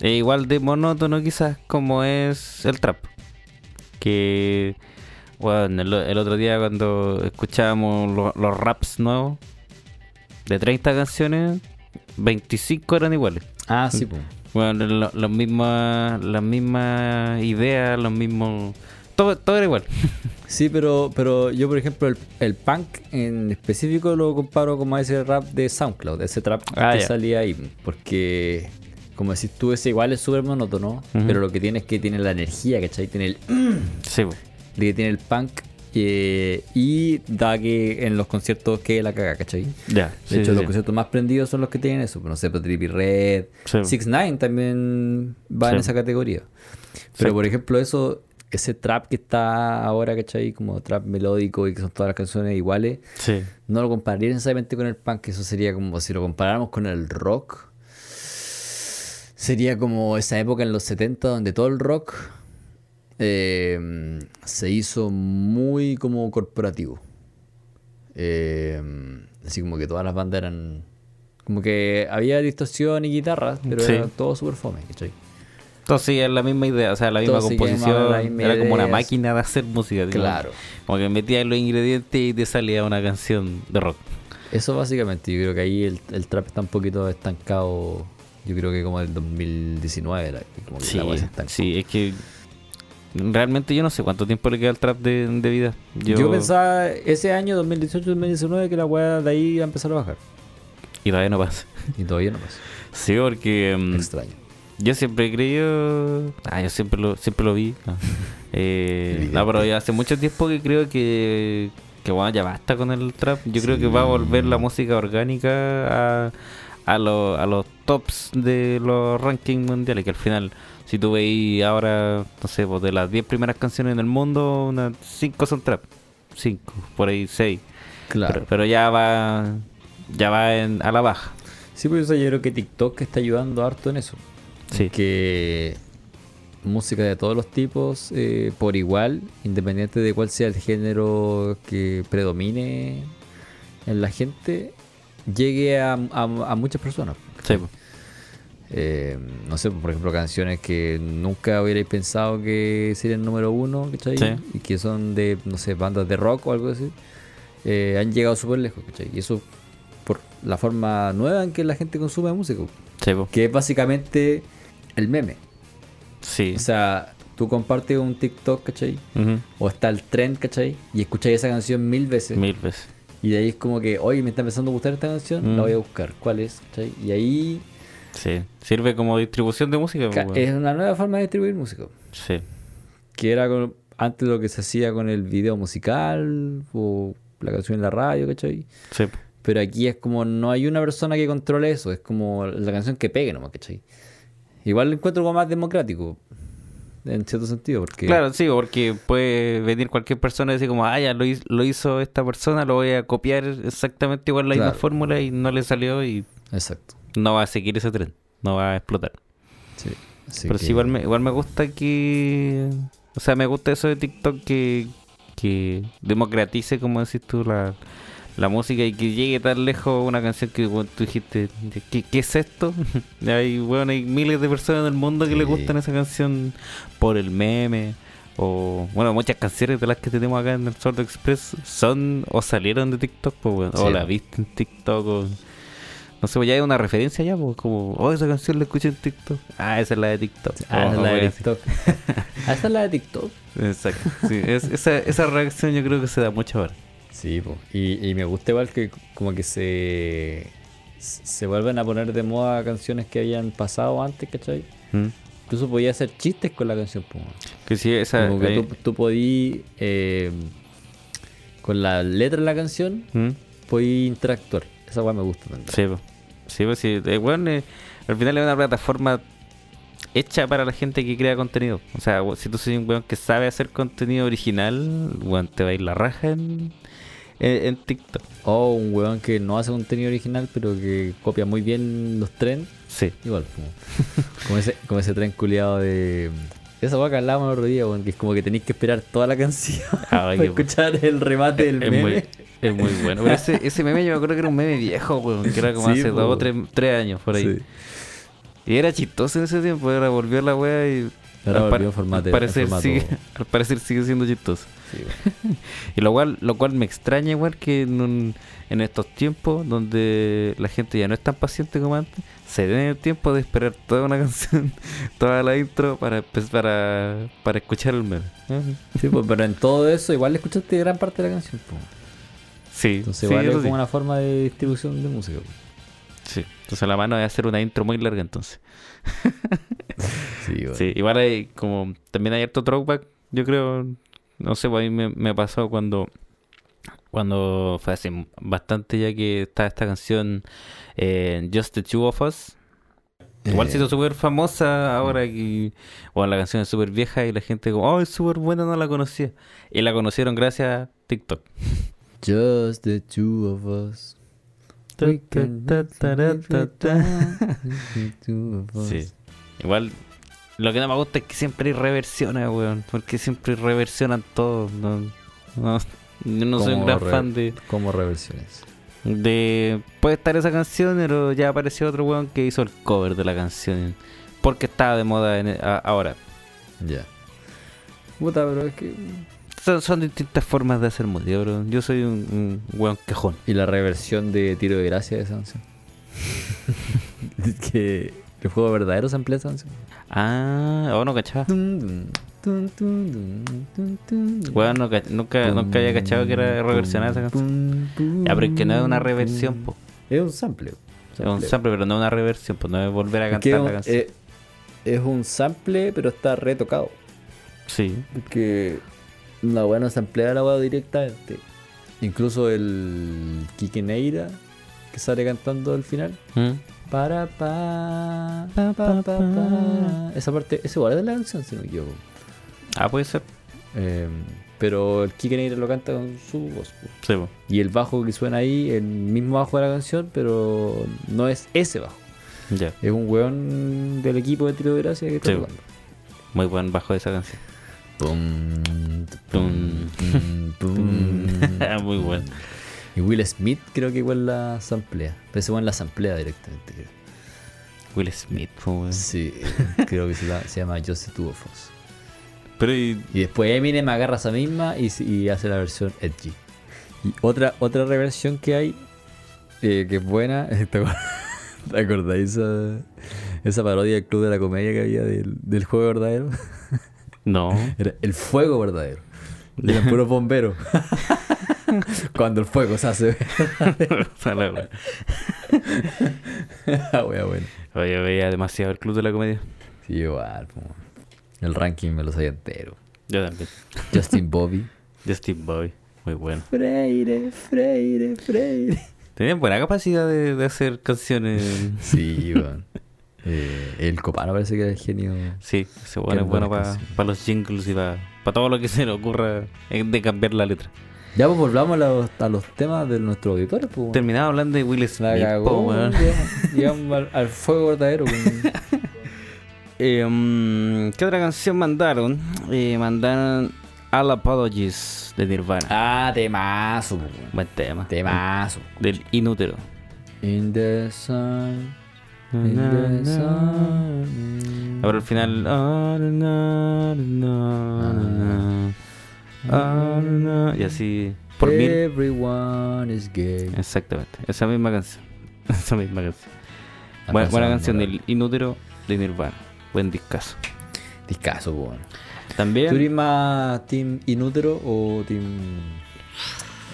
e igual de monótono quizás como es el trap. Que, bueno, el, el otro día cuando escuchábamos lo- los raps nuevos, de 30 canciones, 25 eran iguales.
Ah,
Mm.
sí, pues.
Bueno, lo- las mismas las mismas ideas, los mismos todo, todo era igual. [laughs]
Sí, pero, pero yo, por ejemplo, el, el punk en específico lo comparo como a ese rap de SoundCloud, ese trap
Ah,
que
ya.
salía ahí. Porque, como decís tú, ese igual es súper monótono,
Ujú.
pero lo que tiene es que tiene la energía, ¿cachai? Tiene el
Sí, pues. po.
de que tiene el punk eh, y da que en los conciertos que la caga, ¿cachai?
ya.
De hecho, los conciertos más prendidos son los que tienen eso. No sé, pues, Trippie Red,
Sí.
Six Nine también va en
Sí.
esa categoría. Pero, por ejemplo, eso ese trap que está ahora, ¿cachai? Como trap melódico y que son todas las canciones iguales,
Sí.
no lo compararía necesariamente con el punk. Eso sería como si lo comparáramos con el rock. Sería como esa época en los 70 donde todo el rock eh, se hizo muy como corporativo. Eh, así como que todas las bandas eran. Como que había distorsión y guitarras, pero
Sí.
era todo super fome, ¿cachai?
Entonces sí, es la misma idea, o sea, la misma
Todo sigue más o menos
composición.
la misma
era como una
idea,
máquina de hacer música. así como-
Claro.
Como que metías los ingredientes y te salía una canción de rock.
Eso básicamente, yo creo que ahí el, el trap está un poquito estancado. Yo creo que como el 2019 era, como que
Sí,
la wea se estancó.
sí, es que realmente yo no sé cuánto tiempo le queda al trap de, de vida. Yo,
Yo... pensaba ese año 2018-2019 que la weá de ahí iba a empezar a bajar.
Y todavía no pasa. [laughs]
Y todavía no pasa.
Sí, porque mm,
Extraño.
yo siempre he creído... Ah, yo siempre lo, siempre lo vi. No, [laughs] Eh, no, pero ya hace mucho tiempo que creo que... Que bueno, ya basta con el trap. Yo creo que va a volver la música orgánica a, a, lo- a los tops de los rankings mundiales. Que al final, si tú veis ahora, no sé, pues, de las 10 primeras canciones en el mundo, unas 5 son trap. 5, por ahí 6.
Claro.
Pero, pero ya va ya va en- a la baja.
Sí, pues o sea, yo creo que TikTok está ayudando harto en eso.
Sí.
Que música de todos los tipos, eh, por igual, independiente de cuál sea el género que predomine en la gente, llegue a, a- a muchas personas.
Sí, po.
Eh, no sé, por ejemplo, canciones que nunca hubierais pensado que serían número uno, ¿cachai?
Sí.
Y que son de, no sé, bandas de rock o algo así, eh, han llegado súper lejos, ¿cachai? Y eso por la forma nueva en que la gente consume música,
Sí, po.
que es básicamente el meme.
Sí.
O sea, tú compartes un TikTok, ¿cachai?
Ujú.
O está el trend, ¿cachai? Y escucháis esa canción mil veces.
Mil veces.
Y de ahí es como que, oye, me está empezando a gustar esta canción,
Mm.
la voy a buscar, ¿cuál es? ¿cachai? Y ahí
Sí. Sirve como distribución de música. po,
ca-
weón.
es una nueva forma de distribuir música.
Sí.
que era con- antes lo que se hacía con el video musical o la canción en la radio, ¿cachai?
Sí. po.
Pero aquí es como no hay una persona que controle eso, es como la canción que pegue nomás, ¿cachai? Igual lo encuentro como más democrático, en cierto sentido, porque...
Claro, sí, porque puede venir cualquier persona y decir como, ah, ya lo, hi- lo hizo esta persona, lo voy a copiar exactamente igual la misma
Claro.
fórmula y no le salió y
Exacto.
no va a seguir ese tren, no va a explotar.
Sí. Así
Pero
que-
sí, igual me, igual me gusta que... O sea, me gusta eso de TikTok que, que democratice, como decís tú, la, la música y que llegue tan lejos una canción que bueno, tú dijiste, ¿qué, qué es esto? [laughs] hay, bueno, hay miles de personas en el mundo que le
Sí.
gustan esa canción por el meme. O, bueno, muchas canciones de las que tenemos acá en el Sordo Express son o salieron de TikTok, pues, bueno, o
Sí.
la viste en TikTok, o, no sé, pues ya hay una referencia ya, pues como, oh, esa canción la escuché en TikTok. Ah, esa es la de TikTok.
Ah, esa
Oh,
es la de
wea,
TikTok. [laughs] Ah, esa es la de TikTok.
sí. Exacto. Sí, es- esa, esa reacción yo creo que se da mucho ahora.
Sí, po. Y, y me gusta igual que como que se... Se vuelven a poner de moda canciones que habían pasado antes, ¿cachai?
¿Mm?
Incluso podía hacer chistes con la canción. po.
Que sí, esa.
Como que
ahí-
tú, tú podí, eh, con la letra de la canción,
¿Mm?
podí interactuar. Esa weá me gusta tanto.
Sí, pues. Sí, pues sí. Eh, bueno, eh, al final es una plataforma hecha para la gente que crea contenido. O sea, we- si tú soy un weón que sabe hacer contenido original, weón, te va a ir la raja en, en, en TikTok.
O un weón que no hace contenido original, pero que copia muy bien los trends.
Sí.
Igual,
[laughs]
como, como ese, como ese tren culiado de. Esa weá que hablábamos el otro día, weón, que es como que tenéis que esperar toda la canción
[laughs] Ah,
para
qué-
escuchar el remate del
es
meme.
Muy, es muy bueno. Pero ese, ese meme yo me acuerdo que era un meme viejo, weón, que era como
Sí,
hace
po.
dos o tres, tres años por ahí.
Sí.
Y era chistoso en ese tiempo, ahora volvió la wea y
Ahora
par-
volvió en
[laughs]
formato-
al parecer
en formato-
sigue, al parecer sigue siendo chistoso. Sí, weón. y lo cual, lo cual me extraña igual que en, un- en estos tiempos donde la gente ya no es tan paciente como antes, se den el tiempo de esperar toda una [laughs] canción, toda la intro para empe- para, para escuchar el meme.
Sí, pues, pero en todo eso igual escuchaste gran parte de la canción. pues.
Sí,
Entonces
sí,
igual es
eso sí.
como una forma de distribución de música. pues.
Sí. Entonces la mano va a hacer una intro muy larga entonces.
Sí, weón.
Sí, igual hay como también hay harto throwback, yo creo, no sé, pues a mí me, me pasó cuando cuando fue hace bastante ya que está esta canción eh, Just the Two of Us. Igual
Eh.
se hizo súper famosa ahora que bueno, la canción es súper vieja y la gente como, oh, es súper buena, no la conocía. Y la conocieron gracias a TikTok.
Just the two of us. We can
Ta,
make
ta, ta,
it
ta, ta.
just the two of us.
Sí. Igual, lo que no me gusta es que siempre hay reversiones, weón. Porque siempre reversionan todo. No, no, yo no soy un
Como
gran
re-
fan de,
Como reversiones.
de- Puede estar esa canción, pero ya apareció otro weón que hizo el cover de la canción. Porque estaba de moda en- a- ahora.
Ya. Puta, pero es que.
Son, son distintas formas de hacer música, bro. Yo soy un, un weón quejón.
Y la reversión de tiro de gracia de esa canción. [laughs] Es que el juego verdadero se emplea esa canción.
Ah, oh, no cachaba.
Dun, dun, dun, dun, dun, dun, dun.
Weón, no cach- nunca, nunca había cachado que era reversionada esa canción. Ya, pero es que no es una reversión, po.
Es un sample.
Es un sample, pero no es una reversión, pues no es volver a
Es
cantar
que es
la
un-
canción.
eh, es un sample, pero está retocado.
Sí.
Porque la weá no se emplea la weá directamente. Incluso el Kike Neira, que sale cantando al final.
¿Mm?
Para pa, pa, pa, pa, pa. Esa parte, ese igual es de la canción, si no yo.
Ah, puede ser.
pero el Kike Neira lo canta con su voz. po.
Sí, pues. po.
Y el bajo que suena ahí, el mismo bajo de la canción, pero no es ese bajo.
ya.
Es un weón del equipo de tiro de gracia que está
Sí.
tocando.
Muy buen bajo de esa [laughs] canción.
Pum,
Tum,
pum, [laughs] pum.
Ah, Muy bueno.
Y Will Smith creo que igual la samplea. Pero ese weón la samplea directamente, creo.
Will Smith, po, weón.
Sí, creo que se, la- se llama Joseph Tuofos.
Pero y-
Y después Eminem agarra esa misma y, s- y hace la versión Edgy. Y otra, otra reversión que hay, eh, que es buena, [laughs] ¿te acor- te acordáis esa, esa parodia del Club de la Comedia que había del, del juego verdadero?
[laughs] No.
Era el fuego verdadero. Y eran puros [laughs] bomberos. Cuando el fuego se hace. [laughs]
A la wea.
Ah, wea, bueno.
Oye, yo veía demasiado el Club de la Comedia.
Sí, igual, po. El ranking me lo sabía entero.
Yo también.
Justin Bobby.
Justin Boy. Muy bueno.
[laughs] Freire, Freire, Freire.
Tenían buena capacidad de, de hacer [laughs] canciones.
Sí, weón. Eh, el Copano parece que era el genio.
Sí, ese bueno
Qué
es bueno
buena
para
canción.
los jingles y para todo lo que se le ocurra eh, de cambiar la letra.
Ya pues volvamos a los, a los temas de nuestro auditorio, pues. weón.
Terminaba hablando de Will Smith,
La
po,
cagó,
weón.
llegamos- Llegamos al, al fuego verdadero, weón.
Eh, mm, ¿Qué otra canción mandaron? Eh, mandaron All Apologies de Nirvana.
[laughs] Ah, temazo, po, weón.
Buen tema.
Temazo.
Del inútero.
In the sun. In the
Ahora
sun.
al final. ah, na, na, na, na, Eh. ah, na, Y así. Por mil. Eh,
Everyone is gay.
Exactamente. Esa misma canción. [laughs] Esa misma canción.
La
Buena, buena canción
canción moral.
del inútero de Nirvana. Buen discazo.
Discaso, po, weón. ¿Tú eres
También.
más Team Inútero o Team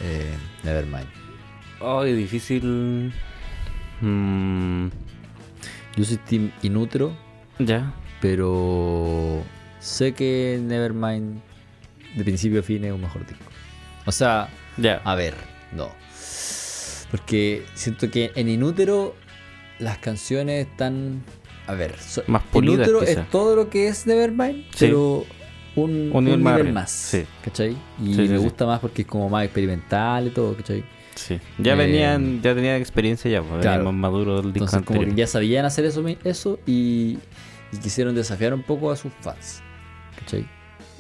eh, Nevermind?
Oh, qué difícil. Mm,
Yo soy Team Inútero,
ya.
pero sé que Nevermind de principio a fin es un mejor disco. O sea,
Ya.
a ver, no. Porque siento que en Inútero las canciones están... A ver, so-
Más pulidas,
Inútero
quizá.
es todo lo que es Nevermind,
Sí.
pero un, un nivel más.
arriba. Sí.
¿Cachai? Y
Sí, sí, sí.
me gusta más porque es como más experimental y todo, ¿cachai?
Sí. Ya
Eh,
venían, ya tenían experiencia ya, pues, venían
claro.
más maduro del disco
Entonces como
anterior.
que ya sabían hacer eso, mi- eso y, y quisieron desafiar un poco a sus fans. ¿Cachai?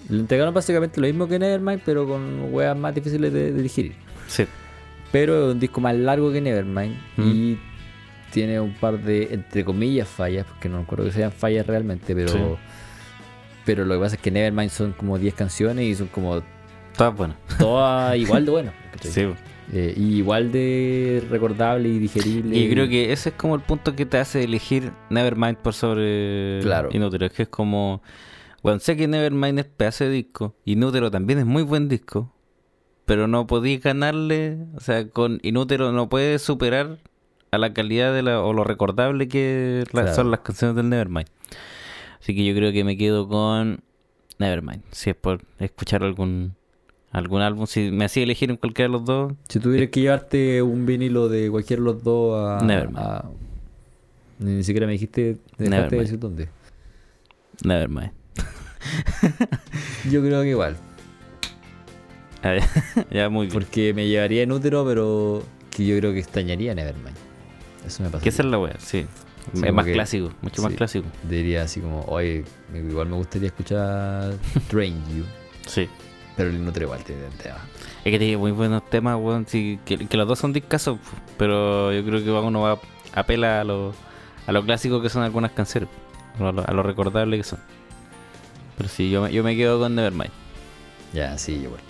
Le entregaron básicamente lo mismo que Nevermind, pero con weas más difíciles de, de digerir.
Sí.
Pero es un disco más largo que Nevermind
Mm.
y tiene un par de, entre comillas, fallas, porque no recuerdo que sean fallas realmente, pero,
Sí.
pero lo que pasa es que Nevermind son como 10 canciones y son como
Está bueno.
Todas igual de buenas. ¿cachai?
[laughs] Sí. po.
Eh, y igual de recordable y digerible.
Y creo que ese es como el punto que te hace elegir Nevermind por sobre
Claro.
Inútero. Es que es como, bueno, sé que Nevermind es pedazo de disco, Inútero también es muy buen disco, pero no podí ganarle, o sea, con Inútero no puedes superar a la calidad de la, o lo recordable que la-
Claro.
son las canciones del Nevermind. Así que yo creo que me quedo con Nevermind, si es por escuchar algún algún álbum, si me hacía elegir en cualquiera de los dos,
Si tuvieras que llevarte un vinilo de cualquier de los dos a.
Nevermind.
a- ni siquiera me dijiste. Dejaste de
Nevermind.
decir dónde.
Nevermind. [laughs]
Yo creo que igual.
ya muy bien.
Porque me llevaría en útero, pero que yo creo que extrañaría Nevermind. Eso me pasa.
Que esa es la wea, sí.
Sí,
es más
porque-
clásico, mucho más
sí.
clásico.
Diría así como, oye, me- igual me gustaría escuchar Train You,
Sí.
pero el inútero igual tiene el tema.
Es que tiene muy buenos temas, weón. sí, que, que los dos son discasos, pu, pero yo creo que uno va apela a lo, a lo clásico que son algunas canciones, pu, a lo, a lo recordable que son. Pero sí, yo me, yo me quedo con Nevermind.
Ya, sí, igual.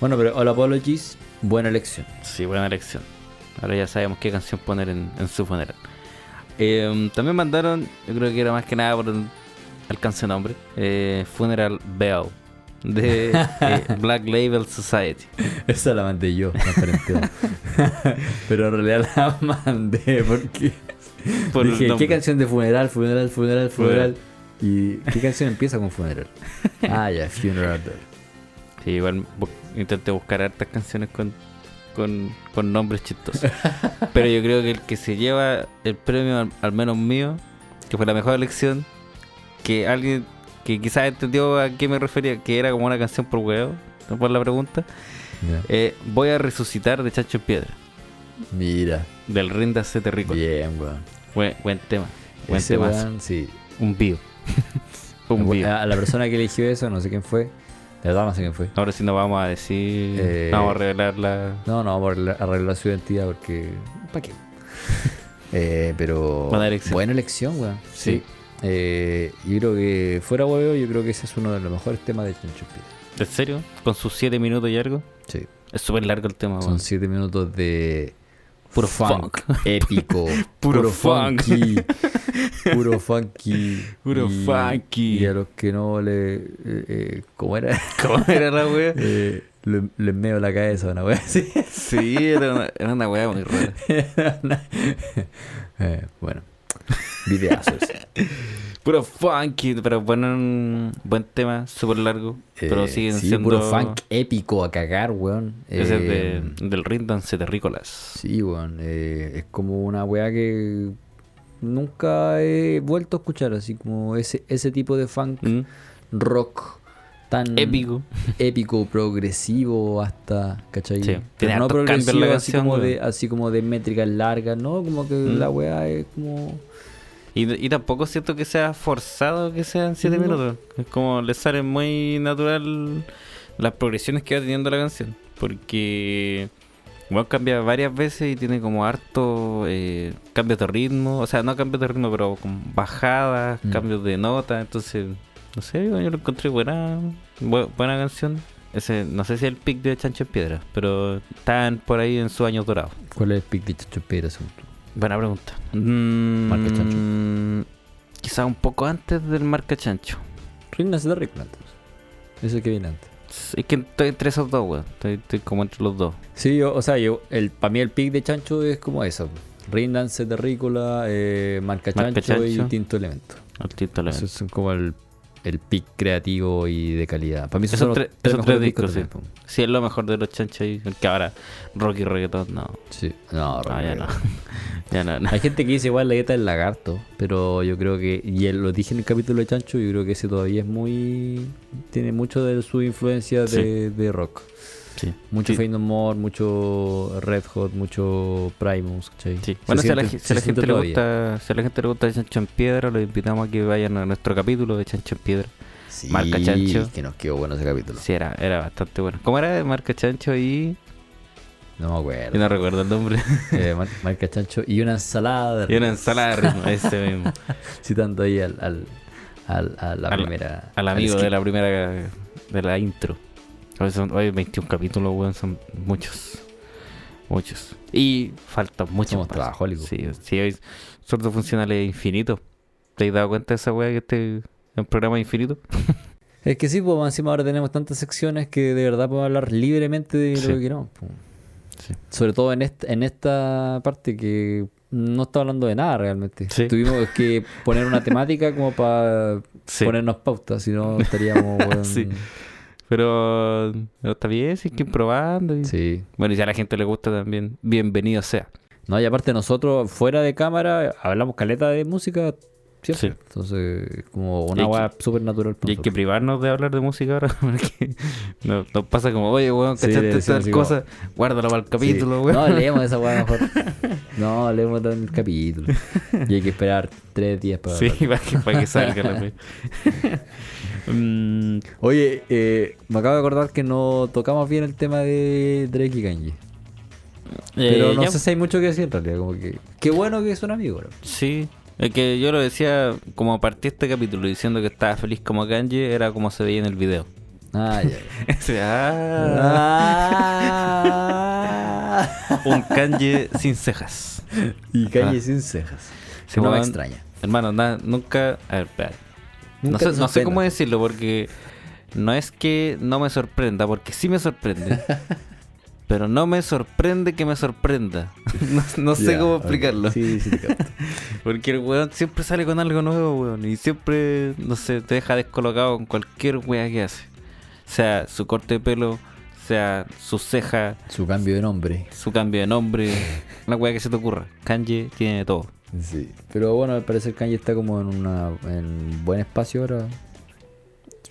Bueno, pero All Apologies, buena elección.
Sí, buena elección. Ahora ya sabemos qué canción poner en, en su funeral. Eh, también mandaron, yo creo que era más que nada por el alcance de nombre, eh, Funeral Bell
[laughs]
de eh, Black Label Society.
[laughs] Esa la mandé yo, [laughs] la aparentemente. pero en realidad la [laughs] mandé porque
Por el
dije, ¿qué
nombre.
canción de funeral, funeral, funeral,
Funeral.
funeral? ¿Y qué canción empieza
[laughs]
con funeral? Ah, ya, Funeral Bell.
Sí, igual bu- intenté buscar hartas canciones con, con, con nombres
[laughs]
chistosos. Pero yo creo que el que se lleva el premio, al, al menos mío, que fue la mejor elección, que alguien que quizás entendió a qué me refería, que era como una canción por huevo, no por la pregunta,
Ya.
eh, Voy a resucitar de Chacho en Piedra,
Mira,
del Ríndase de Rico.
bien, weón.
Buen, buen tema, buen
Ese
tema.
weón, sí.
[laughs] Un bio. Un bio.
A a la persona que eligió eso, no sé quién fue. De verdad, no sé quién fue.
Ahora sí nos vamos a decir,
Eh,
vamos a revelar la...
No, no, por la- arreglar su identidad porque.
[laughs]
¿Para qué? Eh, pero.
Buena elección.
Buena elección, weón.
Sí.
Sí. Eh, yo creo que fuera huevo, yo creo que ese es uno de los mejores temas de Chancho
¿En serio? ¿Con sus 7 minutos y algo?
Sí.
Es súper largo el tema,
Son
weón.
7 minutos de.
Puro
Épico.
[laughs] Puro funk.
funky. Puro funky.
[laughs] Puro
y-
funky.
Y a los que no le. eh, eh, ¿Cómo era? [laughs]
¿Cómo era la wea?
Eh, le- les meo la cabeza, una wea así.
[laughs]
[laughs]
Sí, era una, era una wea muy rara.
Eh, bueno, videazos.
Puro funky, pero buen, buen tema, súper largo. [laughs] pero
Eh,
siguen
sí,
siendo.
puro funk épico a cagar, weón.
Ese es
Eh,
de- del Rindance de Rícolas.
Sí, weón. eh, es como una weá que nunca he vuelto a escuchar, así como ese, ese tipo de funk
Mm,
rock tan
Épico.
épico, progresivo hasta, ¿cachai?
Sí, tiene
Pero no
hartos cambios
progresivo,
la
así,
canción,
como
weón. Mm.
de, así como de métricas largas, ¿no? Como que la weá es como...
Y, y tampoco siento que sea forzado que sean 7
No.
minutos. Es como le sale muy natural las progresiones que va teniendo la canción. Porque bueno, cambia varias veces y tiene como harto eh, cambios de ritmo. O sea, no cambios de ritmo, pero con bajadas,
Mm.
cambios de nota. Entonces, no sé, yo yo lo encontré buena, bu- buena canción. Ese, no sé si es el pick de Chancho en Piedra, pero están por ahí en sus años dorados.
¿Cuál es el pic de Chacho Pérez, según tú?
Buena pregunta. Mm,
Marca
Quizá un poco antes del marca chancho.
Ritmo de Rick, entonces. Ese que viene antes.
Es que estoy entre esos dos, weón. Estoy, estoy como entre los dos.
Sí, yo- o sea, yo, el, para mí el pick de Chancho es como eso. Rindance, Terrícola, eh, Marca,
Marca
Chancho, y
Chancho.
Tinto Elemento.
Al Tito Leven.
Esos son como el, el pick creativo y de calidad. Para mí
Esos
esos son los
tres-
tres
esos
mejores
tres
discos
discos,
también, po.
Sí, es lo mejor de los chanchos ahí. Que ahora, rock y reggaetón, no.
Sí. No,
No, Ah, ya
Rodrigo.
no. [laughs] ya no, no.
Hay gente que dice igual la dieta del lagarto, pero yo creo que, y él lo dije en el capítulo de Chancho, yo creo que ese todavía es muy... Tiene mucho de su influencia de, de rock.
Sí.
Mucho
Sí.
Fade No More, mucho Red Hot, mucho Primus, ¿cachai?
Sí.
Se
Bueno, si a, la,
siente-
ge- si
se
a la
siente
gente le
todavía.
gusta, si a la gente le gusta Chancho en Piedra, los invitamos a que vayan a nuestro capítulo de Chancho en Piedra.
Sí,
Marca Chancho.
que nos quedó bueno ese capítulo.
Sí, era, era bastante bueno. ¿Cómo era de marca chancho y.?
No me
Yo
acuerdo.
no recuerdo el nombre.
[laughs] Eh, Mar- Marca Chancho y una ensalada.
[laughs]
de
y una
res.
ensalada de ritmo, ese mismo.
Citando ahí al, al, al- a la
Al-
primera.
Al amigo de
skip.
la primera de la intro. Hoy son, hoy 21 capítulos, weón, son muchos. Muchos. Y faltan muchos
Somos
más.
trabajólicos.
Sí, sí, hoy sordo funcional es infinito. ¿Te has dado cuenta de esa weá que este es un programa infinito?
Es que sí, pues más encima ahora tenemos tantas secciones que de verdad podemos hablar libremente de
Sí.
lo que queramos. pues.
Sí.
Sobre todo en, est- en esta parte que no está hablando de nada realmente.
Sí.
Tuvimos que poner una temática como para
Sí.
ponernos pautas, si no estaríamos...
[laughs]
weón,
Sí. Pero, pero está bien, sí, que probando. y-
sí.
Bueno, y si a la gente le gusta también, bienvenido sea.
No, y aparte nosotros fuera de cámara hablamos caleta de música siempre.
Sí.
Entonces, como
Y
una
hay que-
agua súper natural.
Y hay que privarnos de hablar de música ahora, [laughs] porque no- nos pasa como, oye, weón,
Sí,
cachaste
le decimos
tal
así
cosa, guárdalo para el capítulo, weón. [laughs]
No, leemos esa weá mejor. No, leemos todo en el capítulo. Y hay que esperar tres días para...
sí, para que, para que salga
[laughs]
la wea.
Mm, oye, eh, me acabo de acordar que no tocamos bien el tema de Drake y Kanye. Pero
Eh,
no
ya,
sé si hay mucho que decir en realidad. Como que, qué bueno que es un amigo. ¿no?
Sí, es que yo lo decía, como partí este capítulo diciendo que estaba feliz como Kanji, era como se veía en el video. [laughs]
Ah, ya.
Ese, ah,
Ah.
un Kanji sin cejas.
y Kanye
Ah.
sin cejas.
Sí,
no me
weón.
extraña.
Hermano, na- nunca. A ver, espera. No
Nunca
sé,
te
no sé
sorprenda.
cómo decirlo porque no es que no me sorprenda, porque sí me
[laughs]
sorprende. pero no me sorprende que me sorprenda. [laughs] no no sé
Ya,
cómo
ok.
explicarlo.
Sí, sí, te capto.
Porque el weón siempre sale con algo nuevo, weón. Y siempre, no sé, te deja descolocado con cualquier weá que hace. Sea su corte de pelo, sea su ceja,
Su cambio de nombre.
su cambio de
[laughs]
nombre, la weá que se te ocurra. Kanye tiene de todo.
Sí. Pero bueno, al parecer Kanye está como en una en buen espacio ahora.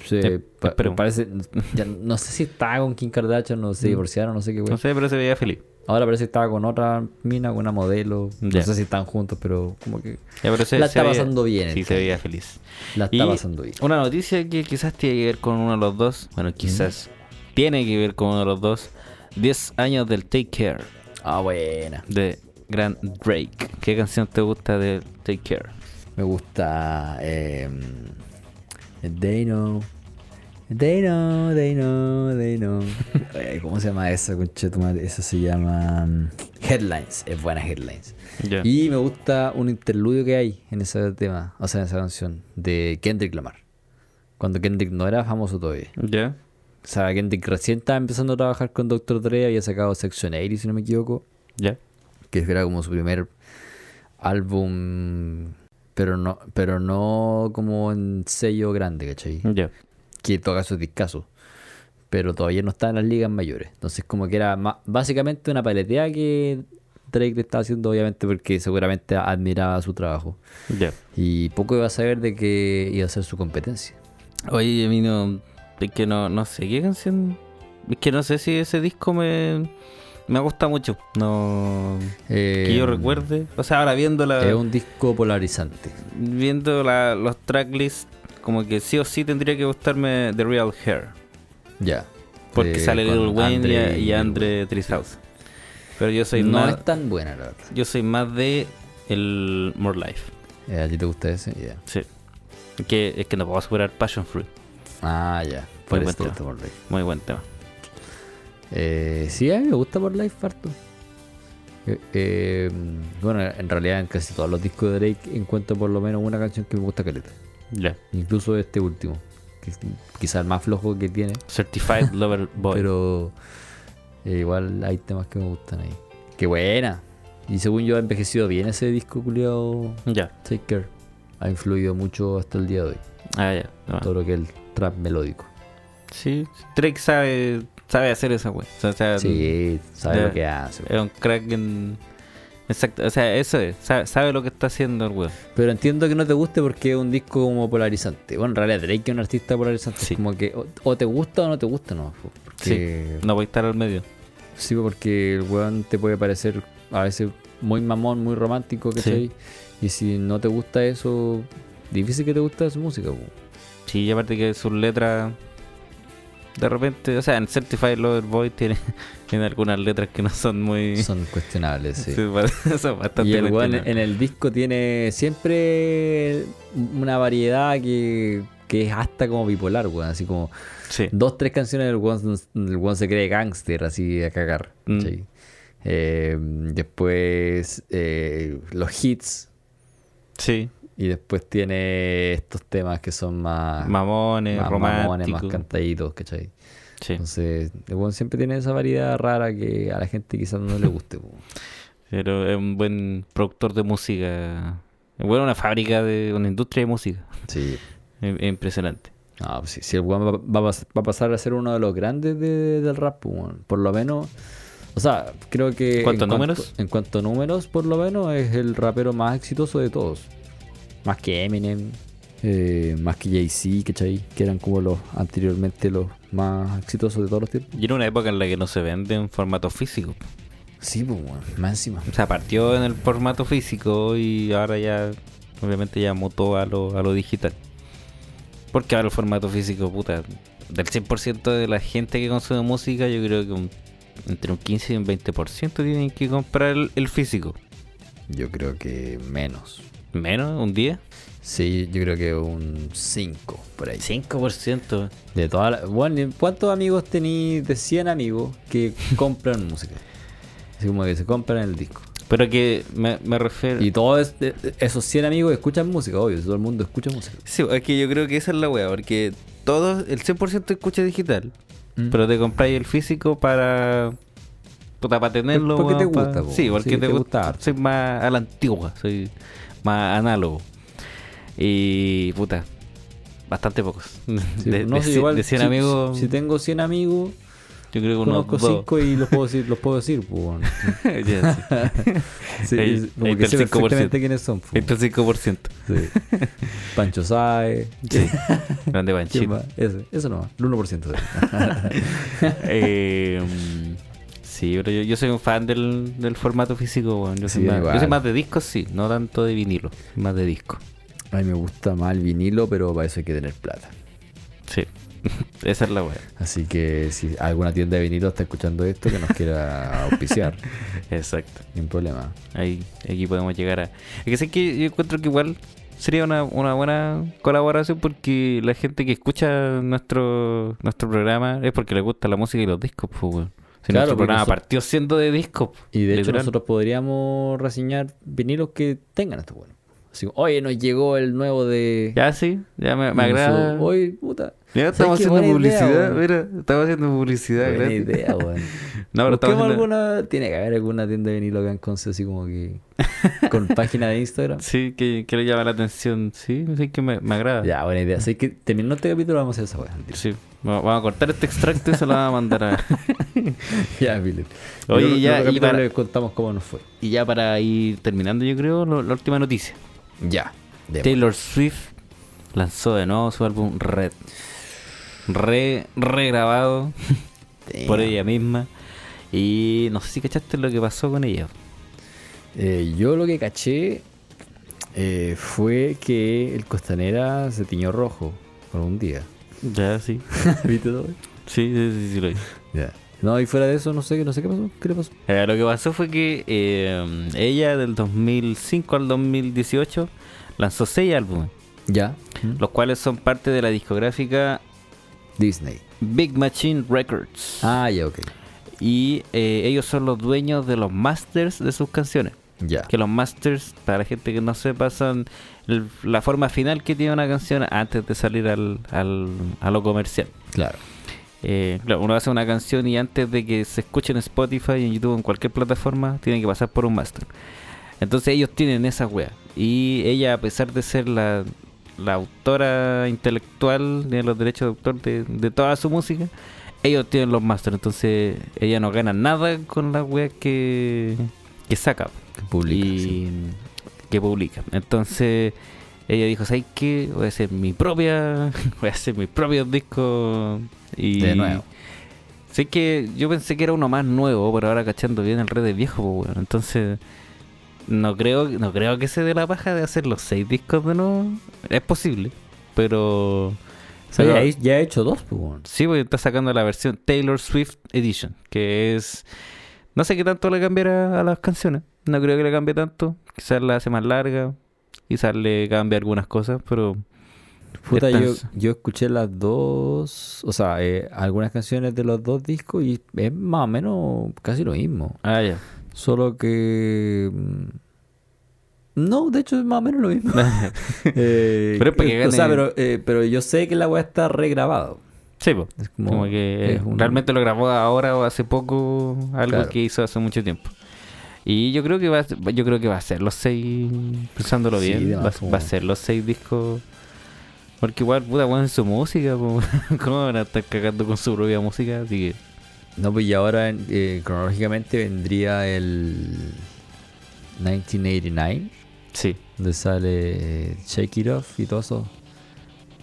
Sí,
Te-
pa-
esperemos.
parece, [laughs] ya no sé si estaba con Kim Kardashian, no sé, divorciaron, no sé qué, güey.
Mm. No sé, pero se veía feliz.
Ahora parece que estaba con otra mina, con una modelo.
Ya.
No sé si están juntos, pero como que
Ya, pero se-
La
se
está
veía-
pasando bien,
Sí,
el
se
Kanye.
veía feliz.
la
Y
está pasando bien.
Una noticia que quizás tiene que ver con uno de los dos.
¿Mm?
Bueno, quizás tiene que ver con uno de los dos. 10 años del Take Care
Ah, buena.
de Grand Drake. ¿Qué canción te gusta de Take Care?
Me gusta. Eh, they know. They know, they know,
[laughs]
they know. Eh, ¿Cómo se llama eso, conchetumadre? Eso se llama. mm, Headlines. Es buena headlines.
Ya.
Y me gusta un interludio que hay en ese tema, o sea, en esa canción, de Kendrick Lamar. Cuando Kendrick no era famoso todavía.
¿Ya?
O sea, Kendrick recién estaba empezando a trabajar con Dr. Dre, había sacado Section 80, si no me equivoco,
¿Ya?
que era como su primer álbum, pero no, pero no como en sello grande, ¿cachai?
¿Ya?
Que toca sus discasos. Pero todavía no estaba en las ligas mayores. Entonces, como que era ma- básicamente una paleteada que Drake le estaba haciendo, obviamente, porque seguramente admiraba su trabajo.
¿Ya?
Y poco iba a saber de que iba a ser su competencia.
Oye, a mí no... Es que no, no sé qué canción... Es que no sé si ese disco me... Me gusta mucho. No...
Eh,
Que yo recuerde. O sea, ahora viendo la...
Es un disco polarizante.
Viendo la- los tracklists, como que sí o sí tendría que gustarme The Real Hair.
Ya.
Porque
Eh,
sale Lil
con
Wayne y-
Andre
y, Andre 3000. Pero yo soy
No
más
es tan buena la verdad.
yo soy más de el More Life.
Eh, ¿A ti te gusta ese? Ya.
Sí. Que es que no puedo superar Passion Fruit.
Ah, ya. Por
Muy
eso te
buen
gusta por Life.
Muy buen tema.
Eh, sí, a mí me gusta por Life harto. Eh, eh, bueno, en realidad en casi todos los discos de Drake encuentro por lo menos una canción que me gusta caleta.
Ya.
Incluso este último, que es quizá el más flojo que tiene.
Certified Lover Boy.
Pero eh, igual hay temas que me gustan ahí. ¡Qué buena! Y según yo ha envejecido bien ese disco culiado
Ya.
Take Care. Ha influido mucho hasta el día de hoy.
Ah, ya. No.
Todo lo que es el trap melódico.
Sí. Drake sabe, sabe hacer esa wea. O sea, sabe-
Sí, sabe
ya.
lo que hace.
es un crack en. Exacto. O sea, eso es. Sabe, sabe lo que está haciendo el weón.
Pero entiendo que no te guste porque es un disco como polarizante. Bueno, en realidad Drake es un artista polarizante.
Sí.
Es como que o, o te gusta o no te gusta, ¿no? Porque,
No voy a estar al medio.
sí. porque el weón te puede parecer a veces muy mamón, muy romántico, ¿cachai? Y si no te gusta eso, difícil que te guste su música. po.
Sí, y aparte que sus letras. De repente, o sea, en Certified Lover Boy tiene, [laughs] tiene algunas letras que no son muy.
Son cuestionables, sí.
sí, ba- [laughs] son bastante
Y el weón
cuestionables.
en el disco tiene siempre una variedad que que es hasta como bipolar, weón. Así como
Sí.
dos, tres canciones del weón, el weón se cree gángster, así a cagar.
Mm.
¿cachai? Eh, después eh, los hits
Sí.
y después tiene estos temas que son más,
Mamones,
más Ah. mamones,
románticos.
más cantaditos, ¿cachai?
sí.
Entonces, el weón siempre tiene esa variedad rara que a la gente quizás no le guste. po.
Pero es un buen productor de música. Bueno, una fábrica de. una industria de música.
Sí.
Es- es impresionante.
No, pues si, si el weón va, va a pas- va a pasar a ser uno de los grandes de- del rap, po, weón. por lo menos. O sea, creo que.
¿En cuanto a
cuanto-
números?
En cuanto a números, por lo menos, es el rapero más exitoso de todos. Más que Eminem, eh, más que Jay-Z, ¿cachai? Que eran como los anteriormente los más exitosos de todos los tiempos.
Y en una época en la que no se vende en formato físico.
Sí, pues, weón, más encima.
O sea, partió en el formato físico y ahora ya, obviamente ya mutó a lo, a lo digital. Porque ahora el formato físico, puta, del 100% de la gente que consume música, yo creo que un- entre un 15 y un 20% tienen que comprar el, el físico.
Yo creo que menos.
Menos, un 10.
Sí, yo creo que un 5 por ahí.
5%.
De toda la- Bueno, ¿cuántos amigos tenéis de 100 amigos
[laughs]
que compran música? Así como que se compran el disco.
Pero que me, me refiero...
Y todos es- eh, esos 100 amigos escuchan música, obvio, todo el mundo escucha música.
Sí, es que yo creo que esa es la wea, porque todos, el 100% escucha digital,
Mm.
pero te compráis el físico para. Puta, para tenerlo.
Porque te
weón, pa-
gusta, po.
Sí, porque
Sí,
te,
te gusta
gusta.
harto.
Soy más a la antigua, soy más análogo. Y. puta, bastante pocos.
Sí,
de,
no
de
sé,
cien-
igual,
de cien
si-
amigos,
Si, si tengo 100 amigos,
yo creo que unos
conozco
dos.
5 y los puedo decir, los puedo decir, pues,
[laughs]
bueno.
Ya, [laughs] sí.
[laughs] Sí,
Ahí-
es- como
ahí
que
está
sé
el 5%.
perfectamente quiénes son, pues,
Ahí está el 5%. [laughs]
sí. Pancho Sae,
Sí.
[laughs]
Grande
¿quién
[laughs] Banchito.
más? Ese, eso no,
[laughs]
el [laughs] 1%. de-
Eh, mm, sí, pero yo, yo soy un fan del, del formato físico. weón. Yo, soy
Sí,
más,
igual.
yo soy más de discos, sí, no tanto de vinilo, más de disco.
A mí me gusta más el vinilo, pero para eso hay que tener plata.
Sí, [laughs] esa es la weá.
Así que si alguna tienda de vinilo está escuchando esto, que nos
[laughs]
quiera auspiciar,
Exacto.
sin problema.
Ahí, aquí podemos llegar a. Es que sé que yo encuentro que igual sería una, una buena colaboración porque la gente que escucha nuestro nuestro programa es porque le gusta la música y los discos, pues, weón. Si
Claro,
nuestro
porque
programa
noso-
partió siendo de discos.
Y de hecho
literal.
nosotros podríamos reseñar vinilos que tengan estos buenos. Así como, oye, nos llegó el nuevo de...
Ya sí, ya me, me
Y nosotros,
agrada.
Oye, puta.
Ya
¿sabes
estamos
qué?
haciendo
Buena idea,
publicidad,
weón.
mira, estamos haciendo publicidad
Buena
gratis.
idea, weón.
[laughs] No, pero estamos
Busquemos
haciendo...
alguna... Tiene que haber alguna tienda de vinilo acá en Conce, así
[laughs]
como que... Con página de Instagram.
Sí, que, que le llama la atención, sí, sí que me, me agrada.
Ya, buena idea. Así que terminando este capítulo vamos a hacer esa weón.
Sí, va- vamos a cortar este extracto y se lo vamos a mandar a...
[laughs] Ya, Philip.
Oye,
En otro- en
ya,
otro
y
capítulo
para-
les contamos cómo nos fue.
Y ya para ir terminando, yo creo, lo- la última noticia.
Ya. de-
Taylor Swift lanzó de nuevo su álbum Red. Re,
[laughs]
regrabado por ella misma. Y no sé si cachaste lo que pasó con ella.
Eh, yo lo que caché eh, fue que el Costanera se tiñó rojo por un día.
Ya, sí.
[laughs] ¿Viste todo?
Sí, sí, sí, sí lo hizo.
Ya. No, y fuera de eso, no sé, no sé qué pasó. ¿Qué le pasó?
Eh, lo que pasó fue que eh, ella del 2005 al 2018 lanzó seis álbumes,
Ya.
los cuales son parte de la discográfica
Disney.
Big Machine Records.
Ah, ya, ok.
Y eh, ellos son los dueños de los masters de sus canciones.
Ya.
Que los masters, para la gente que no sepa, son el- la forma final que tiene una canción antes de salir al, al- a lo comercial.
Claro.
Eh, claro, uno hace una canción y antes de que se escuche en Spotify, en YouTube, en cualquier plataforma, tiene que pasar por un master. Entonces ellos tienen esa wea. Y ella, a pesar de ser la, la autora intelectual de los derechos de autor de, de toda su música, ellos tienen los masters. Entonces ella no gana nada con las weas que, que saca
Que publica,
y
sí.
que publica. Entonces ella dijo, ¿sabes qué? Voy a hacer mi propia, [laughs] voy a hacer mis propios discos y
De nuevo.
Sé que yo pensé que era uno más nuevo, pero ahora cachando bien el red de viejo, pues, bueno. entonces no creo, no creo que se dé la paja de hacer los seis discos de nuevo. Es posible, pero
Oye,
pero-
ahí ya he hecho dos, pues. weón.
Sí, porque está sacando la versión Taylor Swift Edition, que es... No sé qué tanto le cambiará a las canciones. No creo que le cambie tanto. Quizás la hace más larga. Quizás le cambie algunas cosas, pero...
Puta,
Están-
yo, yo escuché las dos, o sea, eh, algunas canciones de los dos discos y es más o menos casi lo mismo.
Ah, ya.
Solo que... mm, No, de hecho es más o menos lo
[laughs]
mismo. [laughs] Eh,
Pero es para que
eh, o sea,
gane-
pero, eh, pero yo sé que la weá está regrabado.
Sí, po.
Es como-
como, que
es un-
realmente lo grabó ahora o hace poco, algo
Claro.
que hizo hace mucho tiempo. Y yo creo que va, a ser- yo creo que va a ser los seis, pensándolo
Sí, de
bien, va,
más, po.
va a ser los seis discos. Porque igual, puta, weón, es su música, [laughs] po. ¿cómo van a estar cagando con su propia música? Así que,
No, pues y ahora en- eh, cronológicamente vendría el 1989,
sí.
donde sale eh, Shake It Off y todo eso.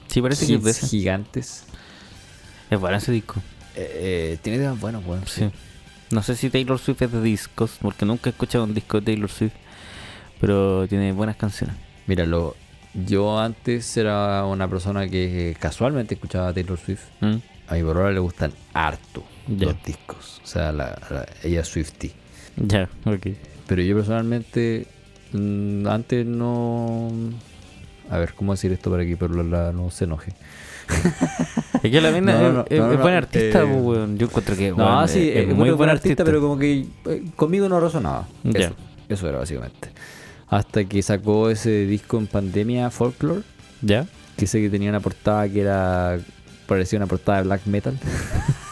Sí, parece que es de
hits
ese.
gigantes.
Es bueno ese disco.
Eh, eh, tiene temas buenos, weón.
Sí. No sé si Taylor Swift es de discos, porque nunca he escuchado un disco de Taylor Swift. Pero tiene buenas canciones.
Mira, lo- yo antes era una persona que casualmente escuchaba Taylor Swift.
Mm.
A mi palabra le gustan harto
Ya.
los discos. O sea, la- la- ella es Swiftie.
Ya, ok.
Pero yo personalmente mm, antes no... A ver, ¿cómo decir esto para que Perla no se enoje?
Es que la mina
[laughs] No,
es,
no,
es-
no,
es
no,
buen artista,
eh,
pues, weón. Yo encuentro que
No,
weón,
sí,
eh, es, es muy buen artista,
pero como que eh, conmigo no resonaba.
Ya.
Eso, eso era básicamente. Hasta que sacó ese disco en pandemia, Folklore,
¿Ya?
que sé que tenía una portada que era parecía una portada de black metal. [laughs]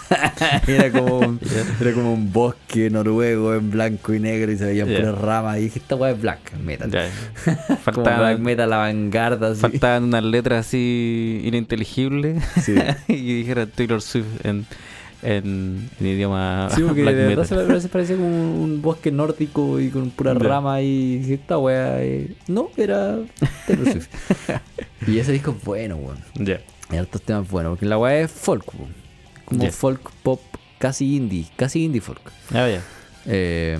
era, como [laughs] un, era como un bosque noruego en blanco y negro y se veían
Ya.
puras ramas. Y dije, esta weá es black metal.
ya. [laughs]
Como black
Faltaban,
metal avant así.
faltaban unas letras así ininteligibles.
Sí.
[laughs] y dijera Taylor Swift en, en, en idioma
[laughs] Sí, porque
black
de verdad
metal.
se me parece, parecía como un, un bosque nórdico y con pura
Ya.
rama y dije, esta weá. eh, No, era Taylor [laughs] Swift. y ese disco es bueno, weón.
Ya.
Hay hartos temas buenos, porque la weá es folk, weón. Como
Ya.
folk pop, casi indie, casi indie folk.
Ah, ya.
Eh,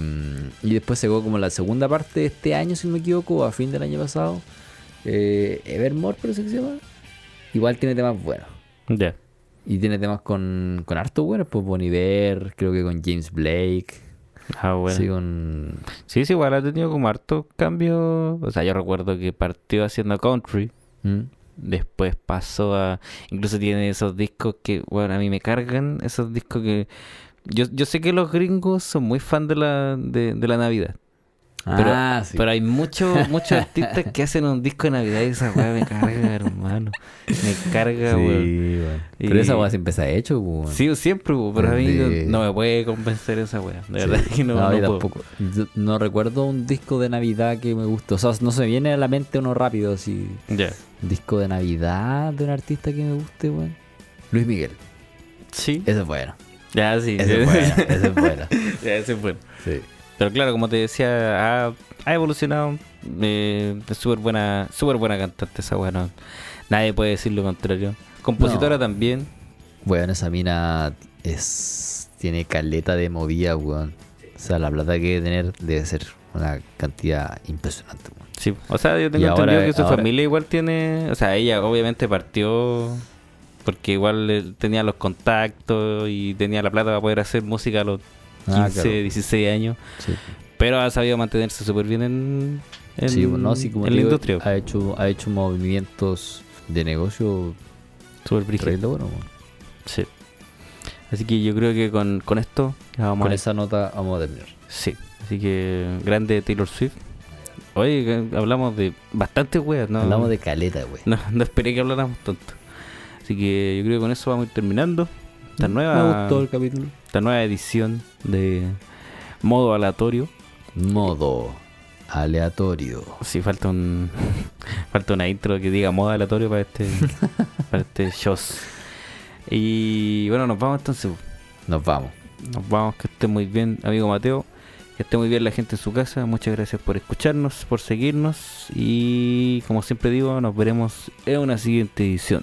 y después llegó como la segunda parte de este año, si no me equivoco, a fin del año pasado. Eh, Evermore, parece que se llama. Igual tiene temas buenos.
Ya.
Y tiene temas con, con hartos buenos, pues Bon Iver, creo que con James Blake.
Ah, bueno.
Sí, con...
Sí, sí, igual ha tenido como harto cambio. O sea, yo recuerdo que partió haciendo country.
¿Mm?
Después pasó a. Incluso tiene esos discos que, bueno, a mí me cargan. Esos discos que. Yo, yo sé que los gringos son muy fan de la, de, de la Navidad. Pero-
ah, sí.
Pero hay muchos muchos artistas que hacen un disco de Navidad y esa weá me carga, hermano. Me carga,
Sí,
weón.
weón. Pero esa
Y-
weá siempre se ha hecho, pues, weón.
Sí, siempre, weón, pero a mí no-
Desde-
no me puede convencer esa weá. De verdad
Sí.
que no,
yo
no puedo.
tampoco. Yo no recuerdo un disco de Navidad que me gustó. O sea, no se me viene a la mente uno rápido así.
Ya.
Un disco de Navidad de un artista que me guste, weón. Luis Miguel.
Sí.
Ese es bueno.
Ya, sí.
Ese es bueno. ese es bueno.
[laughs] Ya, ese es bueno.
Sí.
Pero claro, como te decía, ha, ha evolucionado. Eh, es súper buena, súper buena cantante esa weá. no- nadie puede decir lo contrario. Compositora
No.
también.
Weón, esa mina es... tiene caleta de movida, weón. O sea, la plata que debe tener debe ser una cantidad impresionante, weón.
Sí, o sea, yo
Y
tengo
ahora-
entendido que su
ahora-
familia igual tiene, o sea, ella obviamente partió porque igual eh, tenía los contactos y tenía la plata para poder hacer música a los 15,
Ah, claro.
16 años,
Sí.
pero ha sabido mantenerse súper bien en, en,
sí, no, sí, como
en
te
la
digo,
industria.
Ha hecho, ha hecho movimientos de negocio
Súper brígido.
terrible, bueno. weón.
Sí. Así que yo creo que con, con esto ya vamos
Con
a-
esa nota vamos a terminar.
Sí, así que grande Taylor Swift. Oye, que hablamos de bastantes weas, ¿no?
Hablamos de caleta, güey.
No, no esperé que habláramos tanto. Así que yo creo que con eso vamos a ir terminando. Esta
Mm,
nueva,
capítulo.
esta nueva edición de modo aleatorio.
Modo aleatorio.
Sí, falta un [laughs] falta una intro que diga modo aleatorio para
[laughs]
este para este show. Y bueno, nos vamos entonces.
Nos vamos.
Nos vamos, que esté muy bien, amigo Mateo. Que esté muy bien la gente en su casa. Muchas gracias por escucharnos, por seguirnos. Y como siempre digo, nos veremos en una siguiente edición.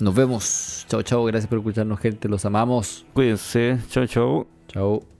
Nos vemos. Chao, chao. Gracias por escucharnos, gente. Los amamos.
Cuídense. Chau, chau.
Chao.